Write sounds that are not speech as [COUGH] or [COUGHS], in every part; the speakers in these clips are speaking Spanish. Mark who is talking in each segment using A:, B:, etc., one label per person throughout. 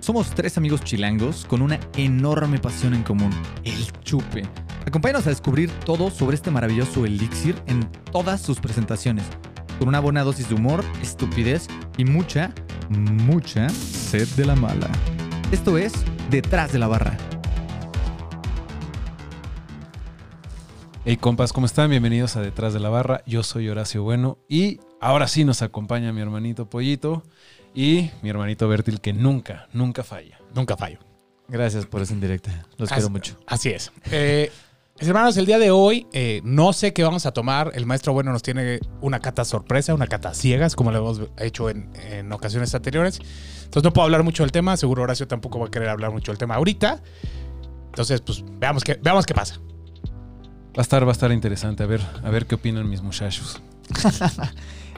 A: Somos tres amigos chilangos con una enorme pasión en común, el chupe. Acompáñanos a descubrir todo sobre este maravilloso elixir en todas sus presentaciones, con una buena dosis de humor, estupidez y mucha, mucha sed de la mala. Esto es Detrás de la Barra.
B: Hey compas, ¿cómo están? Bienvenidos a Detrás de la Barra. Yo soy Horacio Bueno y ahora sí nos acompaña mi hermanito Pollito y mi hermanito Bertil que nunca, nunca falla.
C: Nunca fallo.
D: Gracias por esa indirecta. Los
C: Así-
D: quiero mucho.
C: Así es. Eh, mis hermanos, el día de hoy eh, no sé qué vamos a tomar. El maestro bueno nos tiene una cata sorpresa, una cata ciegas, como lo hemos hecho en, en ocasiones anteriores. Entonces no puedo hablar mucho del tema. Seguro Horacio tampoco va a querer hablar mucho del tema ahorita. Entonces, pues veamos qué, veamos qué pasa.
B: Va a estar, va a estar interesante. A ver, a ver qué opinan mis muchachos.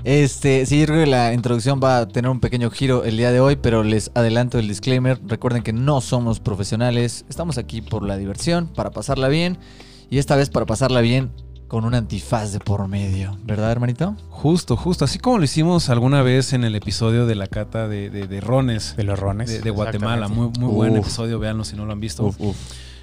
D: Este, sí, yo creo que la introducción va a tener un pequeño giro el día de hoy, pero les adelanto el disclaimer. Recuerden que no somos profesionales. Estamos aquí por la diversión, para pasarla bien. Y esta vez para pasarla bien con un antifaz de por medio. ¿Verdad, hermanito?
B: Justo, justo. Así como lo hicimos alguna vez en el episodio de la cata de, de- de rones
C: De los rones.
B: de, de Guatemala. Muy, muy buen
D: Uf.
B: episodio, véanlo si no lo han visto.
D: Uf, uf.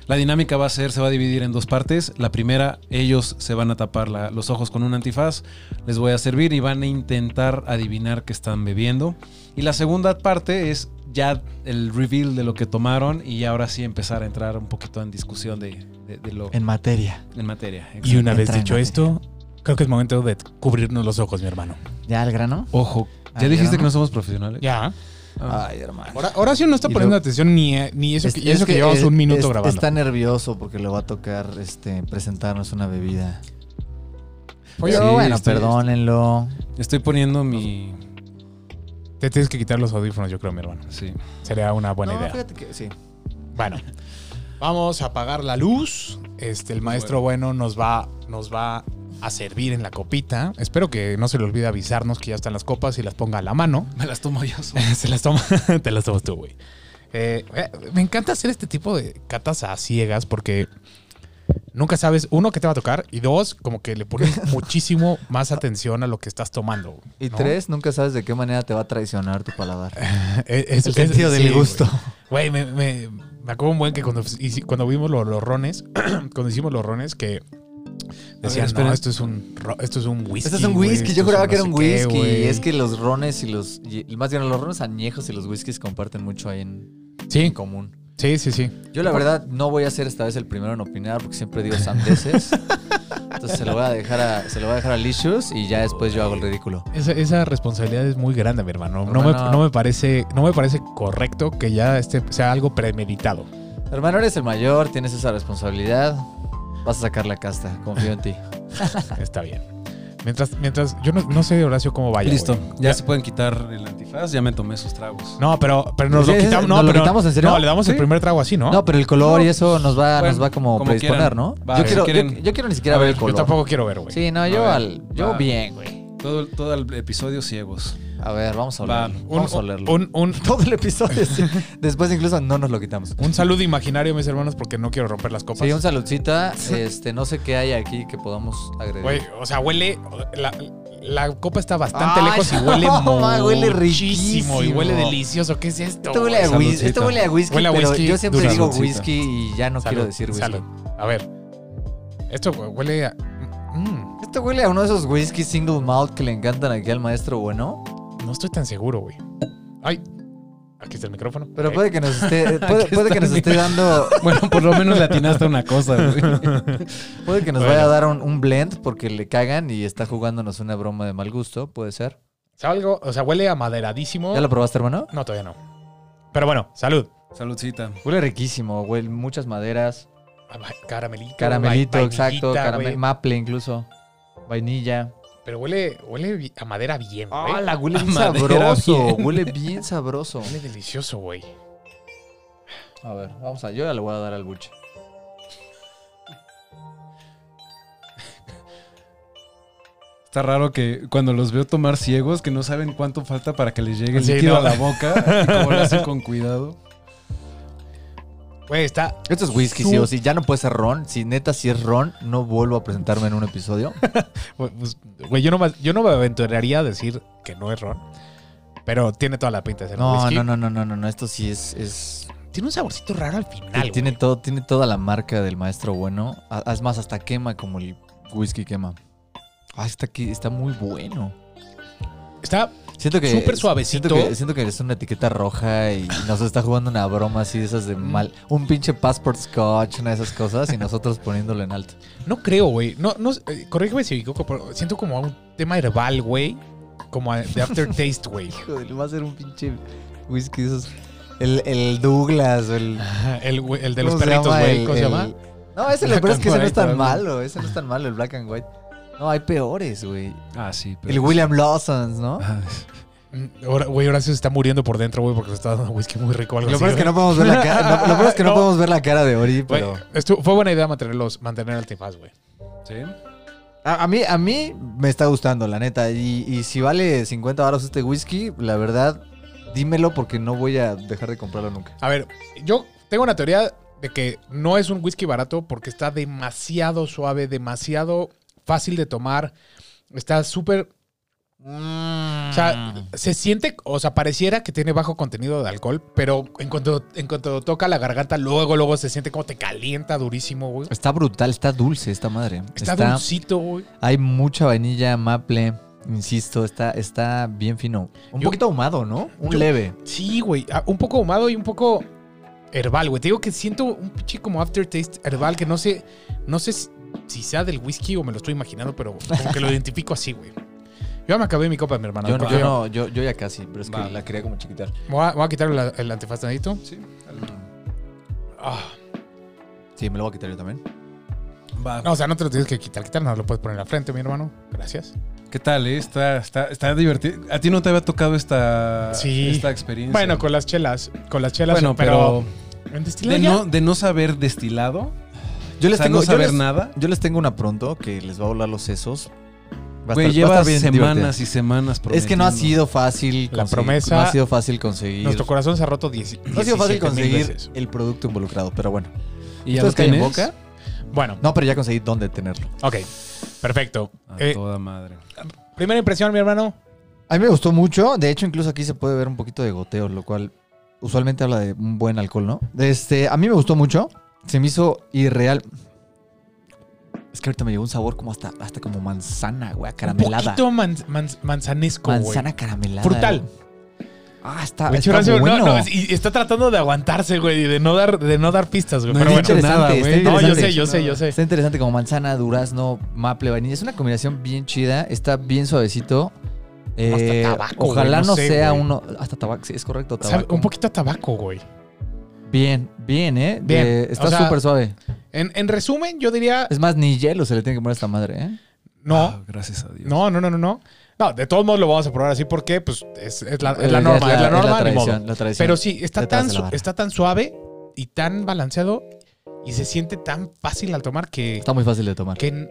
B: La dinámica va a ser, se va a dividir en dos partes. La primera, ellos se van a tapar la- los ojos con un antifaz, les voy a servir y van a intentar adivinar qué están bebiendo. Y la segunda parte es ya el reveal de lo que tomaron y ahora sí empezar a entrar un poquito en discusión de, de- de lo en,
D: En materia.
B: materia.
C: Y una vez
D: Entra en
C: dicho
D: materia.
C: esto, creo que es momento de cubrirnos los ojos, mi hermano.
D: ¿Ya al grano?
B: Ojo,
D: Ah,
B: ¿ya dijiste
D: ¿ya no?
B: que no somos profesionales?
C: Ya.
B: Ah.
D: Ay, hermano.
C: Hora- Horacio no está
D: Y
C: poniendo
D: lo-
C: atención ni, ni eso,
D: Es-
C: que, y
D: es
C: eso que,
D: que,
C: llevamos
D: eh,
C: un minuto
D: es-
C: grabando.
D: Está nervioso porque le va a tocar este, presentarnos una bebida.
B: Oye,
D: Pero
B: sí,
D: bueno,
B: estoy-
D: perdónenlo.
B: Estoy poniendo mi...
C: Te tienes que quitar los audífonos, yo creo, mi hermano.
B: Sí.
C: Sería una buena
D: No,
C: idea.
D: fíjate que sí.
C: Bueno, [LAUGHS] vamos a apagar la luz. Este, el maestro bueno nos va, nos va a servir en la copita. Espero que no se le olvide avisarnos que ya están las copas y las ponga a la mano.
B: Me las tomo yo solo.
C: [LAUGHS] se las toma, [LAUGHS] te las tomas tú, güey. Eh, eh, me encanta hacer este tipo de catas a ciegas porque nunca sabes, uno, qué te va a tocar y dos, como que le pones [LAUGHS] muchísimo más atención a lo que estás tomando. güey,
D: Y
C: ¿no?
D: tres, nunca sabes de qué manera te va a traicionar tu paladar.
C: Eh, [LAUGHS] es-
D: El
C: es-
D: sentido
C: sí,
D: del
C: güey.
D: gusto.
C: Güey, me, me- me acuerdo un buen que cuando, hici- cuando vimos los, los rones, [CLEARS THROAT] cuando hicimos los rones, que decían,
B: esperen.
C: no, esto es un, ro- esto es un whisky.
D: Este es un
C: güey,
D: whisky,
C: esto
D: yo
C: es
D: juraba
C: no
D: que era un
C: sé qué,
D: whisky.
C: güey".
D: y es que los rones y los. y- más bien, los rones añejos y los whiskies comparten mucho ahí en, en
C: Sí,
D: común.
C: sí, sí, sí.
D: Yo, la verdad, no voy a ser esta vez el primero en opinar porque siempre digo
C: [LAUGHS]
D: sandeces. Entonces se lo voy a dejar a, se lo voy a dejar a Licious y ya después yo hago el ridículo.
C: Esa, esa responsabilidad es muy grande, mi hermano. No,
D: Hermano.
C: Me, no, me parece, no me parece correcto que ya este sea algo premeditado.
D: Hermano, eres el mayor, tienes esa responsabilidad. Vas a sacar la casta, confío en ti.
C: Está bien. Mientras, mientras, yo no, no sé, Horacio, cómo vaya.
B: Listo,
C: Ah, güey.
B: ya, se pueden quitar el antifaz, ya me tomé esos tragos.
C: No, pero, pero nos lo
D: ¿Sí?
C: quitamos. No,
D: ¿Nos lo
C: pero-
D: quitamos en serio?
C: No, le damos el
B: Sí.
C: primer trago así, ¿no?
D: No, pues, pero el color y eso nos va,
B: Bueno,
D: nos va como,
B: como
D: predisponer,
B: quieran.
D: ¿no?
B: Va,
D: yo,
B: si
D: quiero,
B: quieren.
D: yo, yo quiero ni siquiera
C: A
D: ver,
C: ver,
D: el
C: yo
D: color.
C: tampoco quiero ver, güey.
D: Sí, no, yo,
B: ver,
D: al, yo
B: va.
D: bien, güey.
B: Todo, todo el episodio ciegos. [LAUGHS]
D: A ver, vamos a
B: Va,
D: olerlo.
C: Un-
D: vamos a olerlo.
C: un- un,
D: Todo el episodio. [LAUGHS] sí. Después incluso no nos lo quitamos.
C: Un saludo imaginario, mis hermanos, porque no quiero romper las copas.
D: Sí, un saludcita. Este, no sé qué hay aquí que podamos agredir.
C: Güey, o sea, huele. La, la copa está bastante
D: Ay,
C: lejos y huele
D: [LAUGHS] no, ma, huele
C: muchísimo y
D: riquísimo.
C: huele delicioso. ¿Qué es esto?
D: esto, huele a
C: güey?
D: whis- esto huele a whisky,
C: Huele a
D: pero
C: whisky
D: yo siempre
C: dulce.
D: digo
B: Saludcita.
D: whisky y ya no
C: Salud,
D: quiero decir whisky.
C: salud. A ver. Esto güey, huele a. Mm,
D: Esto huele a uno de esos whisky single malt que le encantan aquí al maestro bueno.
C: no estoy tan seguro, güey. Ay. Aquí está el micrófono.
D: Pero
C: Ok.
D: puede que nos
C: [LAUGHS]
D: esté, eh, puede,
B: Aquí
D: puede que
B: está
D: nos
B: mi-
D: esté dando,
B: Bueno, por lo menos le atinaste a una cosa, güey.
D: puede que nos
C: Bueno.
D: vaya a dar un, un blend porque le cagan y está jugándonos una broma de mal gusto, puede ser.
C: ¿Sabe algo? O sea, huele amaderadísimo.
D: ¿Ya lo probaste, hermano?
C: No, todavía no. Pero bueno, salud.
B: Saludcita.
D: Huele riquísimo, güey, muchas maderas.
C: Ah, va- Caramelito.
D: Caramelito,
C: va-
D: exacto.
C: vainillita,
D: Caramel,
C: güey.
D: maple incluso. Vainilla.
C: Pero huele, huele bi- a madera Ah, bien, güey.
D: ¡Hala! [LAUGHS] Huele
B: A
D: bien
B: madera
D: sabroso.
B: bien.
D: Huele bien sabroso.
C: Huele delicioso, güey.
D: A ver, vamos a. Yo ya le voy a dar al buche.
B: Está raro que cuando los veo tomar ciegos, que no saben cuánto falta para que les llegue el
C: Sí,
B: líquido
C: no.
B: a la boca, y como lo hacen con cuidado.
C: Güey, está.
D: Esto es whisky, sí o sí. Ya no puede ser ron. Si neta, si es ron, no vuelvo a presentarme en un episodio.
C: Güey, pues, güey, yo no, me- yo no me aventuraría a decir que no es ron. Pero tiene toda la pinta [LAUGHS] de ser un
D: No,
C: whisky.
D: no, no, no, no, no, no, esto sí es... es
C: Tiene un saborcito raro al final. güey.
D: tiene, todo, tiene toda la marca del maestro bueno. A- Es más, hasta quema como el whisky quema. Ah, está, aquí, está muy bueno.
C: Está
D: Siento que.
C: Súper
D: siento
C: suavecito.
D: que, siento que es una etiqueta roja y nos está jugando una broma así de esas de mal. Un pinche passport scotch, una de esas cosas, y nosotros poniéndolo en [LAUGHS] alto.
C: No creo, güey. No, no, eh, corrígeme si me equivoco, pero siento como a un tema herbal, güey. Como a- de aftertaste, [LAUGHS] güey.
D: Joder, va a ser un pinche whisky de esos. El, el Douglas o el.
C: El, güey- el Ah, de los
D: ¿cómo se
C: perritos,
D: llama?
C: güey.
D: El-
C: ¿Cómo se
D: el-
C: llama?
D: No, ese,
C: Black
D: pero es
C: and
D: que ese no
C: White,
D: es tan
C: algo.
D: malo. Ese no es tan malo, el black and white. No, hay peores, güey.
B: Ah, sí. pero-
D: El William Lawson's, ¿no?
B: Ah,
C: Mm, ahora- Güey, Horacio se está muriendo por dentro, güey, porque se está dando whisky muy rico. o Algo
D: Lo
C: así,
D: peor es que
C: güey.
D: no podemos ver la cara. no, lo peor es que no
C: [LAUGHS] No.
D: podemos ver la cara de Ori,
C: Güey,
D: pero.
C: estuvo- fue buena idea mantenerlos, mantener el tifaz, güey.
B: sí.
D: A, a mí, a mí me está gustando, la neta. Y, y si vale 50 baros este whisky, la verdad, dímelo porque no voy a dejar de comprarlo nunca.
C: A ver, yo tengo una teoría de que no es un whisky barato porque está demasiado suave, demasiado fácil de tomar. Está súper.
D: Mm.
C: O sea, se siente, o sea, pareciera que tiene bajo contenido de alcohol, pero en cuanto, en cuanto toca la garganta, luego, luego se siente como te calienta durísimo, güey.
D: Está brutal, está dulce esta madre.
C: Está, dulcito, güey.
D: Hay mucha vainilla, maple, insisto, está, está bien fino. Un
C: Yo-
D: poquito ahumado, ¿no? Un
C: yo-
D: leve.
C: Sí, güey. Ah, Un poco ahumado y un poco herbal, güey. Te digo que siento un pinche como aftertaste herbal que no sé, no sé si- si sea del whisky o me lo estoy imaginando, pero como
D: [LAUGHS]
C: que lo identifico así, güey. Yo ya me acabé mi copa, mi hermano.
D: Yo no,
C: porque
D: yo no, yo, yo ya casi, pero es que
B: Va.
D: la quería como chiquitar.
C: Me voy a, me voy a quitar el, el antefastanadito.
B: Sí.
C: Ah.
D: Sí, me lo voy a quitar yo también.
B: Va.
C: No, o sea, no te lo tienes que quitar, quitar, no lo puedes poner en la frente, mi hermano. Gracias.
B: ¿Qué tal, eh? Está, está, está divertido. A ti no te había tocado esta,
C: Sí.
B: esta experiencia.
C: Bueno, con las chelas, con las chelas,
B: Bueno,
C: pero,
B: pero,
C: en destilado
B: de,
C: ya.
B: no, de no saber destilado,
D: Yo
B: o
D: les
B: sea,
D: tengo,
B: no
D: yo
B: saber
D: les,
B: nada.
D: yo les tengo una pronto que les va a volar los sesos. Va a
B: Güey,
D: estar- va a
B: llevas
D: estar bien divertida.
B: semanas y semanas
D: Es que no ha
B: prometiendo.
D: sido fácil.
C: La
D: conseguir-
C: promesa-
D: No ha sido fácil conseguir.
C: Nuestro corazón se ha roto 10.
D: No ha sido fácil
C: 17 mil
D: conseguir
C: veces.
D: el producto involucrado, pero bueno.
B: ¿Y ya
D: ¿Ustedes
B: lo
D: caen en
B: tienes?
D: boca?
C: Bueno,
D: No, pero ya conseguí dónde tenerlo.
C: ok. Perfecto.
D: Ah,
B: A
C: Eh,
B: toda madre.
C: primera impresión, mi hermano.
D: A mí me gustó mucho. De hecho, incluso aquí se puede ver un poquito de goteo, lo cual usualmente habla de un buen alcohol, ¿no? Este, a mí me gustó mucho. Se me hizo irreal. Es que ahorita me llegó un sabor como hasta, hasta como manzana, güey,
C: Un
D: caramelada.
C: poquito man- man- manzanesco, güey.
D: Manzana caramelada.
C: Frutal.
D: güey. Ah, está,
C: Güey,
D: está
C: Horacio, no,
D: bueno.
C: no, es- y está tratando de aguantarse, güey, y de no dar, de no dar pistas, güey.
B: No
C: pero
B: he
C: bueno,
B: dicho nada,
D: interesante,
B: güey.
D: está
C: no, yo
D: interesante.
C: sé, yo sé, yo sé.
D: Está interesante como manzana, durazno, maple, vainilla. Es una combinación bien chida. Está bien suavecito. Eh,
C: tabaco,
D: Ojalá
C: güey, no
D: no
C: sé,
D: sea
C: güey.
D: uno. Hasta tabaco, sí, es correcto.
C: Sabe
D: Tabaco.
C: un poquito a tabaco, güey.
D: Bien, bien, ¿eh?
C: Bien,
D: Eh,
C: o
D: está
C: sea-
D: súper suave.
C: En, en resumen, yo diría.
D: Es más, ni hielo se le tiene que poner a esta madre, ¿eh?
C: No,
B: Ah, gracias a Dios.
C: no, no, no, no, no. No, de todos modos lo vamos a probar así porque pues, es, es la, es la
D: Eh,
C: norma, es la, norma, ni modo.
D: tradición, la tradición.
C: Pero sí, está
D: Detrás
C: tan,
D: de la
C: su-
D: barra.
C: está tan suave y tan balanceado y se siente tan fácil al tomar que,
D: Está muy fácil de tomar.
C: que,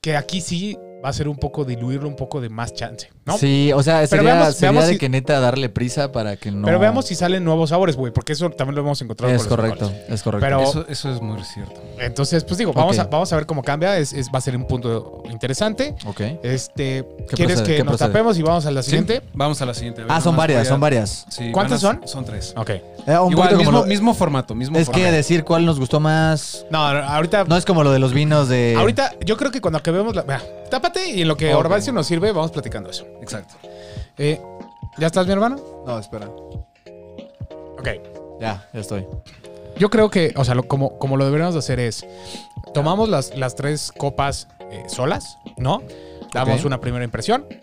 C: que aquí sí va a ser un poco diluirlo, un poco de más chance, ¿no?
D: Sí, o sea, sería,
C: veamos-
D: sería
C: veamos
D: de
C: si-
D: que neta darle prisa para que no.
C: Pero veamos si salen nuevos sabores, güey, porque eso también lo hemos encontrado.
D: Es
C: con los
D: correcto,
C: alcoholes.
D: es correcto.
C: Pero-
B: Eso, eso es muy cierto.
C: Entonces, pues digo, vamos,
D: Ok.
C: a, vamos a ver cómo cambia. Es, es- va a ser un punto interesante.
D: Ok. Ah,
C: Este, ¿Quieres
D: procede?
C: que
D: ¿Qué
C: nos
D: procede?
C: tapemos y vamos a la
B: Sí,
C: siguiente?
B: Vamos a la siguiente. A ver,
D: Ah, son
B: nomás voy
D: varias,
B: a-
D: son varias.
B: Sí,
C: ¿Cuántas
B: van a-
C: son?
B: Son tres.
C: Ok.
D: Eh, un poquito
B: Igual,
D: como
B: mismo,
D: lo-
B: mismo formato, mismo
D: Es que
B: formato.
D: decir cuál nos gustó más.
C: No, no, ahorita.
D: No eh. es como lo de los vinos de.
C: Ahorita, yo creo que cuando acabemos la. vea, tápate y en lo que
B: Ok.
C: Orbancio nos sirve, vamos platicando eso.
B: Exacto.
C: Eh, ¿Ya estás, mi hermano?
D: No, espera.
C: Ok.
D: Ya, ya estoy.
C: Yo creo que, o sea, lo- como, como lo deberíamos de hacer es, tomamos las, las tres copas eh, solas, ¿no? Damos
D: Ok.
C: una primera impresión.
D: Ay,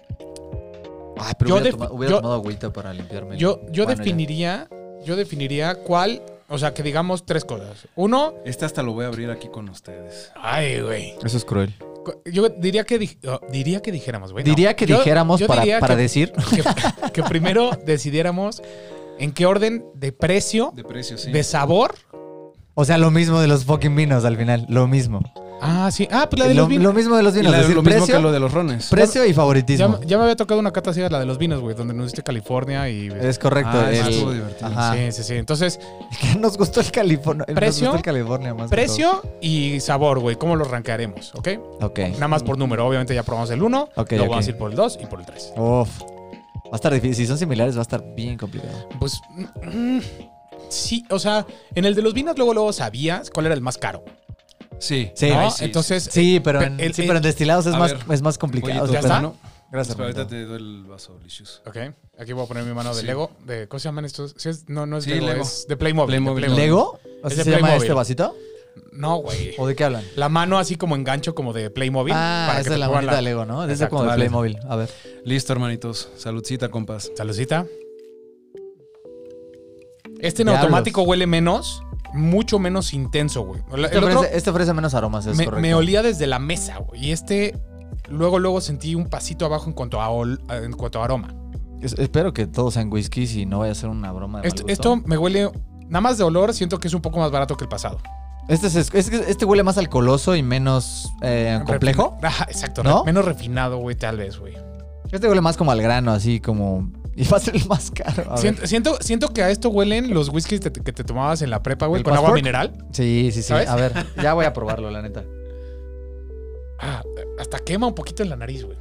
D: Ah, pero
C: Yo
D: hubiera,
C: def-
D: toma- hubiera
C: yo-
D: tomado agüita para limpiarme.
C: Yo, yo
D: Bueno, ya.
C: definiría, yo definiría cuál, o sea, que digamos tres cosas. Uno,
B: Este hasta lo voy a abrir aquí con ustedes.
C: ay, güey.
D: Eso es cruel.
C: Cu- Yo diría que, dij- oh, diría que dijéramos, güey. no.
D: diría que
C: Yo-
D: dijéramos
C: yo
D: para,
C: diría
D: para
C: que-
D: decir.
C: [LAUGHS] que, que primero decidiéramos en qué orden de precio,
B: De precio, sí.
C: de sabor.
D: O sea, lo mismo de los fucking vinos al final. Lo mismo.
C: Ah, sí. Ah, pues la de
D: Eh, Lo,
C: los vinos.
D: lo mismo de los
B: Y
D: vinos.
B: la-
D: es decir,
B: lo mismo
D: precio,
B: que lo de los rones.
D: precio y
C: Ya,
D: favoritismo.
C: ya me había tocado una cata ciega, la de los vinos, güey, donde nos diste California y.
D: Es ah. correcto.
B: Ah, eso
D: el-
B: estuvo divertido.
D: Ajá. [LAUGHS]
C: Sí, sí, sí. Entonces,
D: Que nos gustó el California.
C: Precio,
D: Nos gustó el California más. que
C: precio y sabor, güey. ¿Cómo los rankearemos? ¿Ok?
D: todo. Ok.
C: Nada más por número. Obviamente ya probamos el 1.
D: Ok,
C: luego
D: ok.
C: vamos a ir por el 2 y por el 3.
D: Uf. a estar difícil. Si son similares, va a estar bien complicado.
C: Pues. mm, sí, o sea, en el de los vinos luego luego sabías cuál era el más caro.
B: Sí.
D: Sí.
C: ¿no?
B: Ahí sí.
C: Entonces,
D: Sí, pero
C: pe-
D: en,
C: el-
D: sí, pero en destilados es
B: a
D: más,
B: ver,
D: es más
B: Oye,
D: complicado.
B: ¿tú
C: ¿ya
D: pero-
C: está?
B: Ah, ¿no?
D: Gracias,
B: Espera, ahorita
D: Armando.
B: te doy el vaso, Licious.
C: Ok, aquí voy a poner mi mano de
B: Sí.
C: Lego. De, ¿Cómo se llaman estos? Sí es- no, no es
B: Sí,
C: Lego,
B: Lego.
C: es de Playmobil. de
B: Playmobil.
C: Playmobil.
D: ¿Lego? ¿Así
C: Es de
D: se llama
C: Playmobil.
D: este vasito?
C: No, güey.
D: ¿O de qué hablan?
C: La mano así como engancho, como de Playmobil.
D: Ah, esa
C: te
D: es la
C: pongan
D: manita de Lego, ¿no? Esa
C: Exacto,
D: como de
B: vale.
D: Playmobil. A ver.
B: Listo, hermanitos. Saludcita, compas.
C: Saludcita. Este en
D: Diablos.
C: automático huele menos, mucho menos intenso, güey. El
D: Este,
C: otro
D: ofrece, este ofrece menos aromas, es
C: me,
D: correcto.
C: me olía desde la mesa, güey. Y este, luego, luego sentí un pasito abajo en cuanto a, ol- a- en cuanto a aroma.
D: Es- espero que todos sean whiskies y no vaya a ser una broma de mal
C: Esto,
D: gusto.
C: Este- esto me huele, nada más de olor, siento que es un poco más barato que el pasado. [LAUGHS]
D: Este, es- es- este huele más alcoholoso y menos eh, complejo.
C: Refina- Ajá, exacto.
D: ¿No?
C: Menos refinado, güey, tal vez, güey.
D: Este huele más como al grano, así como... Y va a ser el más caro. A ver.
C: Siento, siento, siento que a esto huelen los whiskies te- que te tomabas en la prepa, güey,
D: ¿El
C: con agua
D: Passport?
C: mineral.
D: Sí, sí, sí.
C: ¿Sabes?
D: A ver, ya voy a probarlo, la neta.
C: Ah, hasta quema un poquito en la nariz, güey.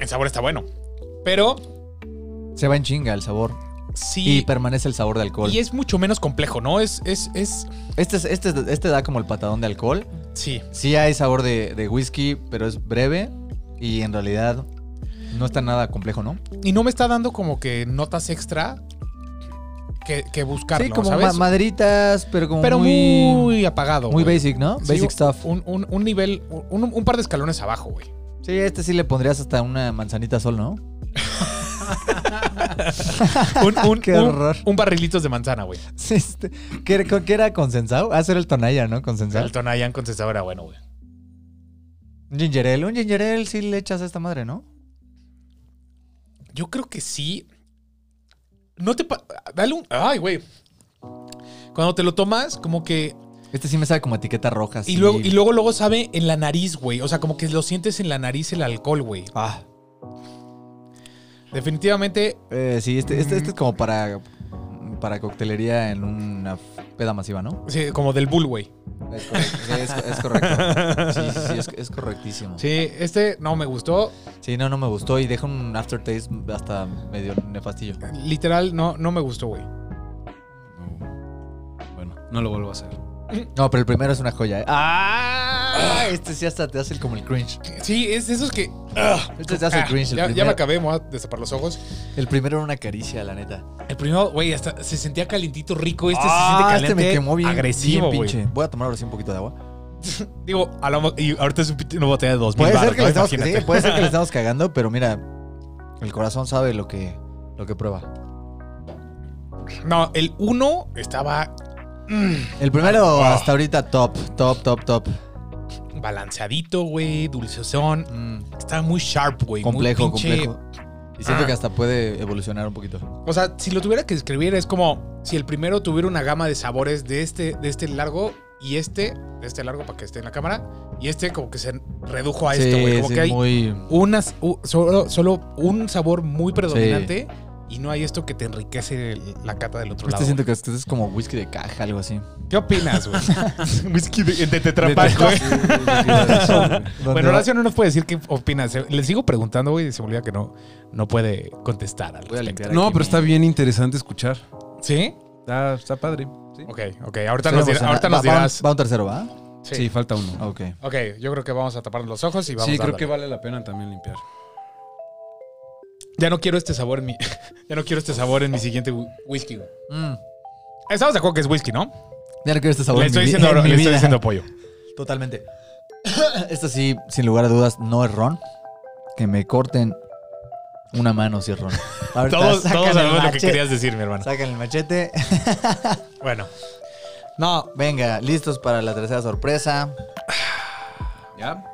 C: El sabor está bueno. Pero
D: Se va en chinga el sabor. Y,
C: sí.
D: permanece el sabor de alcohol.
C: Y es mucho menos complejo, ¿no? Es, es, es.
D: Este, es- este, es- este da como el patadón de alcohol.
C: Sí.
D: Sí hay sabor de, de whisky, pero es breve y en realidad no está nada complejo, ¿no?
C: Y no me está dando como que notas extra que, que buscarlo,
D: sí, como
C: ¿sabes?
D: ma- maderitas, pero como
C: Pero muy,
D: muy,
C: apagado.
D: muy
C: güey.
D: basic, ¿no?
C: Sí,
D: basic stuff.
C: Un, un- un nivel, un, un par de escalones abajo, güey.
D: Sí, este sí le pondrías hasta una manzanita sol, ¿no?
C: Un, un,
D: [LAUGHS] Qué
C: un-
D: horror.
C: un barrilitos de manzana, güey.
D: Sí, [LAUGHS] este, ¿Qué, era- con- qué era consensado? Ah, ese era el tonaya, ¿no? Consensado.
C: El Tonayan con sabor era bueno, güey.
D: Un ginger ale. Un ginger ale sí le echas a esta madre, ¿no?
C: Yo creo que sí. No te... pa- Dale un... Ay, güey. Cuando te lo tomas, como que...
D: Este sí me sabe como etiqueta roja.
C: Y, luego, y luego, luego sabe en la nariz, güey. O sea, como que lo sientes en la nariz el alcohol, güey.
D: Ah,
C: Definitivamente...
D: eh, sí, este, este,
C: Mm.
D: este es como para, para coctelería en una f- peda masiva, ¿no?
C: sí, como del bull, güey.
D: Es correcto. Sí, es, es correcto. Sí, sí, sí, es, es correctísimo. Sí.
C: Sí, este no me gustó.
D: no, no me gustó y deja un aftertaste hasta medio nefastillo.
C: Literal, no, no me gustó, güey.
B: Bueno, no lo vuelvo a hacer.
D: [LAUGHS] No, pero el primero es una joya. ¿eh? ¡Ah! Este sí hasta te hace el- como el cringe.
C: Sí, es de esos que...
D: Este te hace el
C: Ah,
D: cringe. El,
C: ya, ya
D: primero,
C: me acabé, me voy a destapar los ojos.
D: el primero era una caricia, la neta.
C: El primero, güey, hasta se sentía calientito, rico. Este
D: Ah,
C: se siente caliente,
D: este me quemó bien.
C: agresivo,
D: bien
C: güey.
D: pinche. Voy a tomar ahora sí un poquito de agua.
C: Digo, a lo mo- y ahorita es un pit- una botella de 2000
D: Puede ser,
C: baros,
D: que
C: ¿no?
D: le estamos,
C: Imagínate.
D: sí, puede ser que le estamos cagando, pero mira, el corazón sabe lo que, lo que prueba.
C: No, el 1 estaba
D: El primero
C: Ah.
D: hasta ahorita top, top, top, top.
C: balanceadito, güey, dulceosón.
D: Mm,
C: Estaba muy sharp, güey. muy
D: complejo,
C: pinche-
D: complejo. Y siento
C: Ah.
D: que hasta puede evolucionar un poquito.
C: O sea, si lo tuviera que describir, es como si el primero tuviera una gama de sabores de este, de este largo y este, de este largo para que esté en la cámara, y este como que se redujo
D: Oh,
C: a esto, güey. Como
D: sí,
C: que hay
D: muy...
C: unas, u- solo, solo un sabor muy predominante y no hay esto que te enriquece el- la cata del otro
D: Este
C: lado.
D: siento que este es como whisky de caja, algo [LAUGHS] así.
C: ¿Qué opinas, güey?
D: [LAUGHS]
C: [LAUGHS] Whisky de, de
D: De
C: Tetrapac,
D: Tetra-
C: güey.
D: Sí, sí, sí, sí.
C: Bueno,
D: Donde-
C: Horacio no nos puede decir qué opinas. Le sigo preguntando, güey, y se me olvida que no, no puede contestar al
D: Voy a
C: respecto.
D: limpiar
B: No,
D: aquí
B: pero
D: mi-
B: está bien interesante escuchar.
C: ¿Sí?
B: Está, está padre. Sí.
C: Ok, ok. Ahorita
D: Estoy
C: nos, dirá-
D: emocionado.
C: ahorita
D: Va- va
C: nos
D: un-
C: dirás.
D: Va un tercero, ¿va?
C: Sí.
B: Sí, falta uno.
D: Ok.
C: Ok, yo creo que vamos a taparnos los ojos y vamos
B: Sí,
C: a
B: creo que
C: darle.
B: vale la pena también limpiar.
C: Ya no quiero este sabor en mi... [LAUGHS] ya no quiero este sabor en mi siguiente whi- whisky, güey.
D: Mm.
C: Estamos de acuerdo que es whisky, ¿no?
D: Ya no quiero este sabor.
C: le
D: en mi
C: estoy
D: vi-
C: diciendo,
D: en mi
C: le estoy
D: vida.
C: diciendo pollo.
D: Totalmente. [COUGHS] Esto sí, sin lugar a dudas, no es ron. Que me corten una mano si es
C: [LAUGHS]
D: ron. [LAUGHS] Ahorita
C: Todos,
D: sacan
C: todos
D: el
C: sabemos lo que
D: machete.
C: querías decir, mi hermano.
D: Sacan el machete.
C: Bueno. No,
D: Venga, listos para la tercera sorpresa.
B: ¿Ya?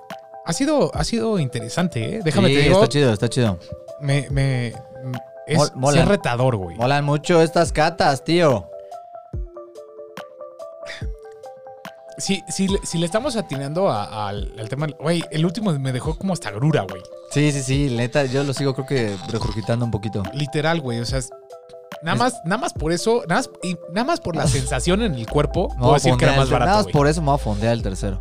C: ha sido, ha sido interesante, ¿eh? Déjame
D: Sí,
C: te digo,
D: Está chido, está chido.
C: me, me, me- es,
D: Mol- mola.
C: sí es retador, güey.
D: Molan mucho estas catas, tío.
C: Si, si, le- si le estamos atinando a- al, al tema, güey, el último me dejó como hasta grura, güey.
D: Sí, sí, sí, neta, yo lo sigo creo que regurgitando un poquito.
C: Literal, güey. O sea, es- nada
D: Es-
C: más, nada más por eso, nada más, y nada más por la sensación en el cuerpo,
D: Me
C: puedo
D: voy a
C: decir que
D: fondear
C: era más
D: el ter- Nada
C: barato,
D: más
C: güey. [LAUGHS]
D: por eso me voy a fondear el tercero.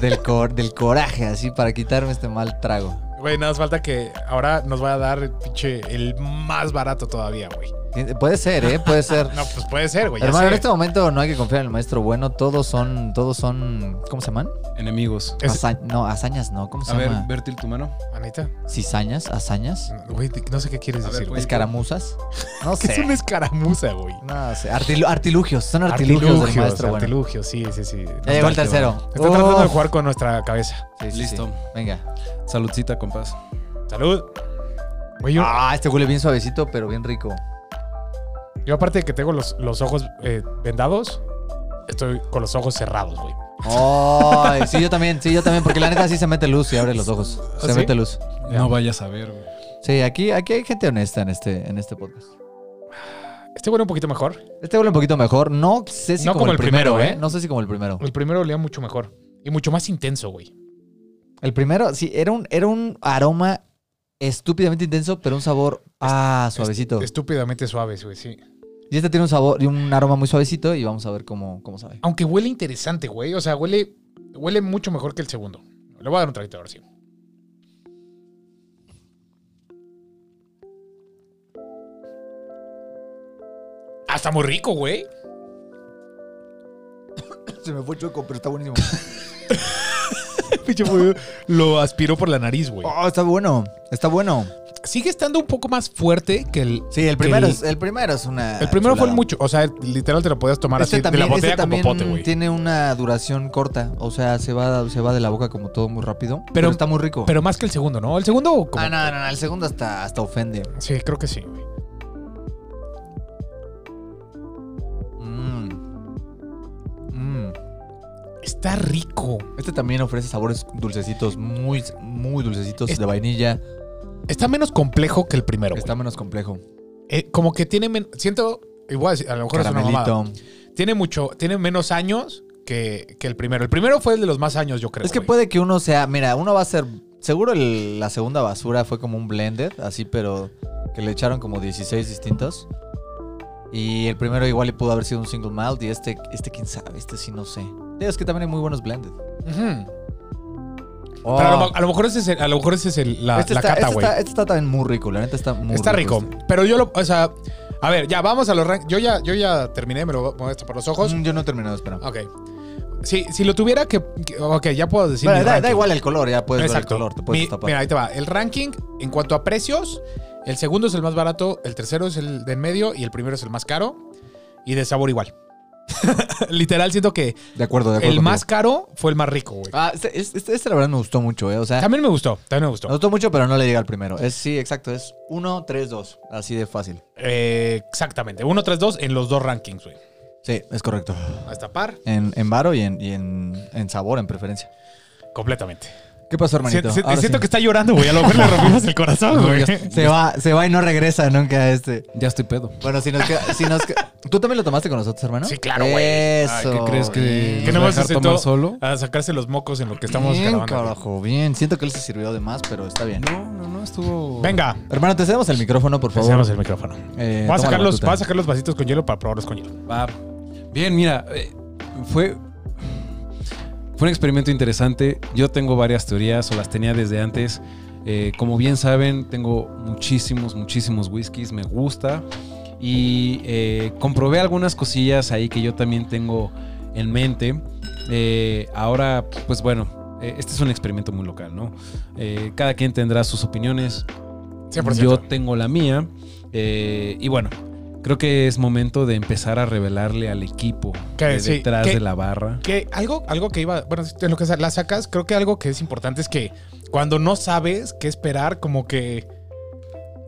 D: Del, cor- del coraje, así, para quitarme este mal trago.
C: Güey, nada más falta que ahora nos vaya a dar el pinche el más barato todavía, güey.
D: Puede ser, ¿eh? Puede ser.
C: No, [LAUGHS] pues puede ser, güey. ya
D: Hermano,
C: sé.
D: en este momento no hay que confiar en el maestro bueno. Todos son, todos son, ¿cómo se llaman?
B: Enemigos.
C: Es-
D: Asa- no, hazañas no, ¿cómo se
B: A ver,
D: llama?
B: Bertil, tu mano.
C: Anita,
D: Cizañas, hazañas,
C: güey, te- no sé qué quieres
B: A ver,
C: decir.
B: pues,
C: güey.
D: escaramuzas. No
C: ¿Qué
D: sé.
C: [LAUGHS] es una escaramuza, güey?
D: No sé. Artilu- artilugios, son artilugios, del maestro bueno.
C: artilugios, sí, sí, sí.
D: Ya llegó el Oh. tercero.
C: Está tratando de
D: Uf.
C: jugar con nuestra cabeza.
D: Sí, sí, sí.
B: Listo.
D: Venga.
B: Saludcita, compás.
C: Salud. Güey, yo,
D: Ah, este huele bien suavecito, pero bien rico.
C: yo aparte de que tengo los, los ojos eh, vendados, estoy con los ojos cerrados, güey.
D: Ay, sí, yo también, sí, yo también, porque la neta sí se mete luz y abre los ojos. Se
C: ¿Sí?
D: mete luz.
B: No vayas a ver, güey.
D: Sí, aquí, aquí hay gente honesta en este, en este podcast.
C: Este huele un poquito mejor.
D: Este huele un poquito mejor. No sé si
C: No
D: como, el primero, ¿eh? No sé si como el primero.
C: El primero olía mucho mejor. Y mucho más intenso, güey.
D: El primero, sí, era un, era un aroma estúpidamente intenso, pero un sabor ah, suavecito.
C: Estúpidamente suaves, güey, sí.
D: Y este tiene un sabor y un aroma muy suavecito y vamos a ver cómo, cómo sabe.
C: Aunque huele interesante, güey. O sea, huele, huele mucho mejor que el segundo. Le voy a dar un traguito ahora sí. Ah, está muy rico, güey.
D: Se me fue chueco, pero está buenísimo.
C: [LAUGHS] Pinche güey, Lo aspiró por la nariz, güey.
D: Oh, está bueno, está bueno.
C: Sigue estando un poco más fuerte que el.
D: Sí, el
C: que
D: primero,
C: El,
D: es, el primero es una.
C: el primero fue el
D: chulada.
C: mucho. O sea, literal te lo podías tomar
D: Este
C: así
D: también,
C: de la botella
D: este
C: como
D: también
C: pote, güey.
D: tiene una duración corta, o sea, se va, se va de la boca como todo muy rápido, pero,
C: Pero-
D: está muy rico.
C: Pero más que el segundo, ¿no? El segundo. Como,
D: ah, no, no, no, el segundo hasta, hasta ofende.
C: Sí, creo que sí, güey.
D: Mm. Mm.
C: Está rico.
D: Este también ofrece sabores dulcecitos, muy, muy dulcecitos
C: Es-
D: de vainilla.
C: Está menos complejo que el primero. güey.
D: Está menos complejo.
C: Eh, como que tiene men- siento igual a lo mejor es una mamada.
D: Caramelito.
C: tiene mucho tiene menos años que, que el primero el primero fue el de los más años yo creo
D: Es que
C: güey.
D: puede que uno sea, mira, uno va a ser, seguro el- la segunda basura fue como un blended, así, pero que le echaron como 16 distintos. Y el primero igual y pudo haber sido un single malt y este, este quién sabe, este sí no sé. Es que también hay muy buenos blended.
C: Ujú.
D: Oh,
C: pero a lo, a lo mejor ese es el- a lo mejor ese es el- la,
D: este,
C: la
D: está,
C: cata
D: este
C: güey
D: está,
C: está,
D: este está también muy rico, la neta está muy
C: rico,
D: este.
C: pero yo lo o sea a ver ya vamos a los rank yo ya yo ya terminé me lo voy a por los ojos
D: Mm, Yo no he terminado, espera.
C: Ok. Sí, si lo tuviera que, que- ok ya puedo decir
D: Bueno,
C: mi
D: da, da
C: ranking.
D: igual el color, ya puedes ver el
C: Exacto.
D: color, te puedes
C: Mi-
D: tapar.
C: mira, ahí te va. El ranking, en cuanto a precios, el segundo es el más barato, el tercero es el del medio y el primero es el más caro. Y de sabor igual. [LAUGHS] Literal, siento que
D: de acuerdo, de acuerdo.
C: el más caro fue el más rico, güey.
D: contigo. Ah, este, este- este la verdad me gustó mucho, ¿eh? O sea,
C: También me gustó, también me
D: Me
C: gustó.
D: gustó mucho, pero no le llega al primero. Es, sí, exacto. Es 1, 3, 2. Así de fácil.
C: Eh, exactamente. 1, 3, 2 en los dos rankings, güey.
D: Sí, es correcto.
C: Hasta par,
D: En, en varo y, en, y en, en sabor, en preferencia.
C: completamente.
D: ¿Qué pasó, hermanito?
C: Siento,
D: Ahora
C: siento
D: sí.
C: que está llorando, güey. A lo mejor le rompimos el corazón, güey.
D: se va, se va y no regresa nunca a este.
B: Ya estoy pedo.
D: Bueno, si nos queda, si nos queda- ¿Tú también lo tomaste con nosotros, hermano?
C: Sí, claro, güey. Ay,
D: Eso.
B: ¿Qué crees que,
D: bien.
C: [LAUGHS] Que
B: nos
C: no
B: va a
C: más
B: dejar
C: se
B: tomar
C: sentó-
B: solo?
C: A sacarse los mocos en lo que estamos
D: bien,
C: grabando. güey.
D: carajo, bien. Siento que él se sirvió de más, pero está bien.
B: No, no, no, estuvo.
C: Venga,
D: Hermano, te cedemos el micrófono, por favor.
C: empecemos el micrófono.
D: Eh,
C: Voy a,
D: toma
C: sacar
D: la
C: los,
D: batuta.
C: voy a sacar los vasitos con hielo para probarlos con hielo.
B: Va. Bien, mira, eh, fue, fue un experimento interesante. Yo tengo varias teorías, o las tenía desde antes. Eh, como bien saben, tengo muchísimos, muchísimos whiskies, me gusta. Y eh, comprobé algunas cosillas ahí que yo también tengo en mente. Eh, ahora, pues bueno, eh, este es un experimento muy local, ¿no? Eh, cada quien tendrá sus opiniones,
C: 100%.
B: yo tengo la mía. eh, y bueno, creo que es momento de empezar a revelarle al equipo
C: Que
B: de
C: sí,
B: detrás
C: que-
B: de la barra.
C: que algo, algo que iba, bueno, en lo que sa- la sacas, creo que algo que es importante es que cuando no sabes qué esperar, como que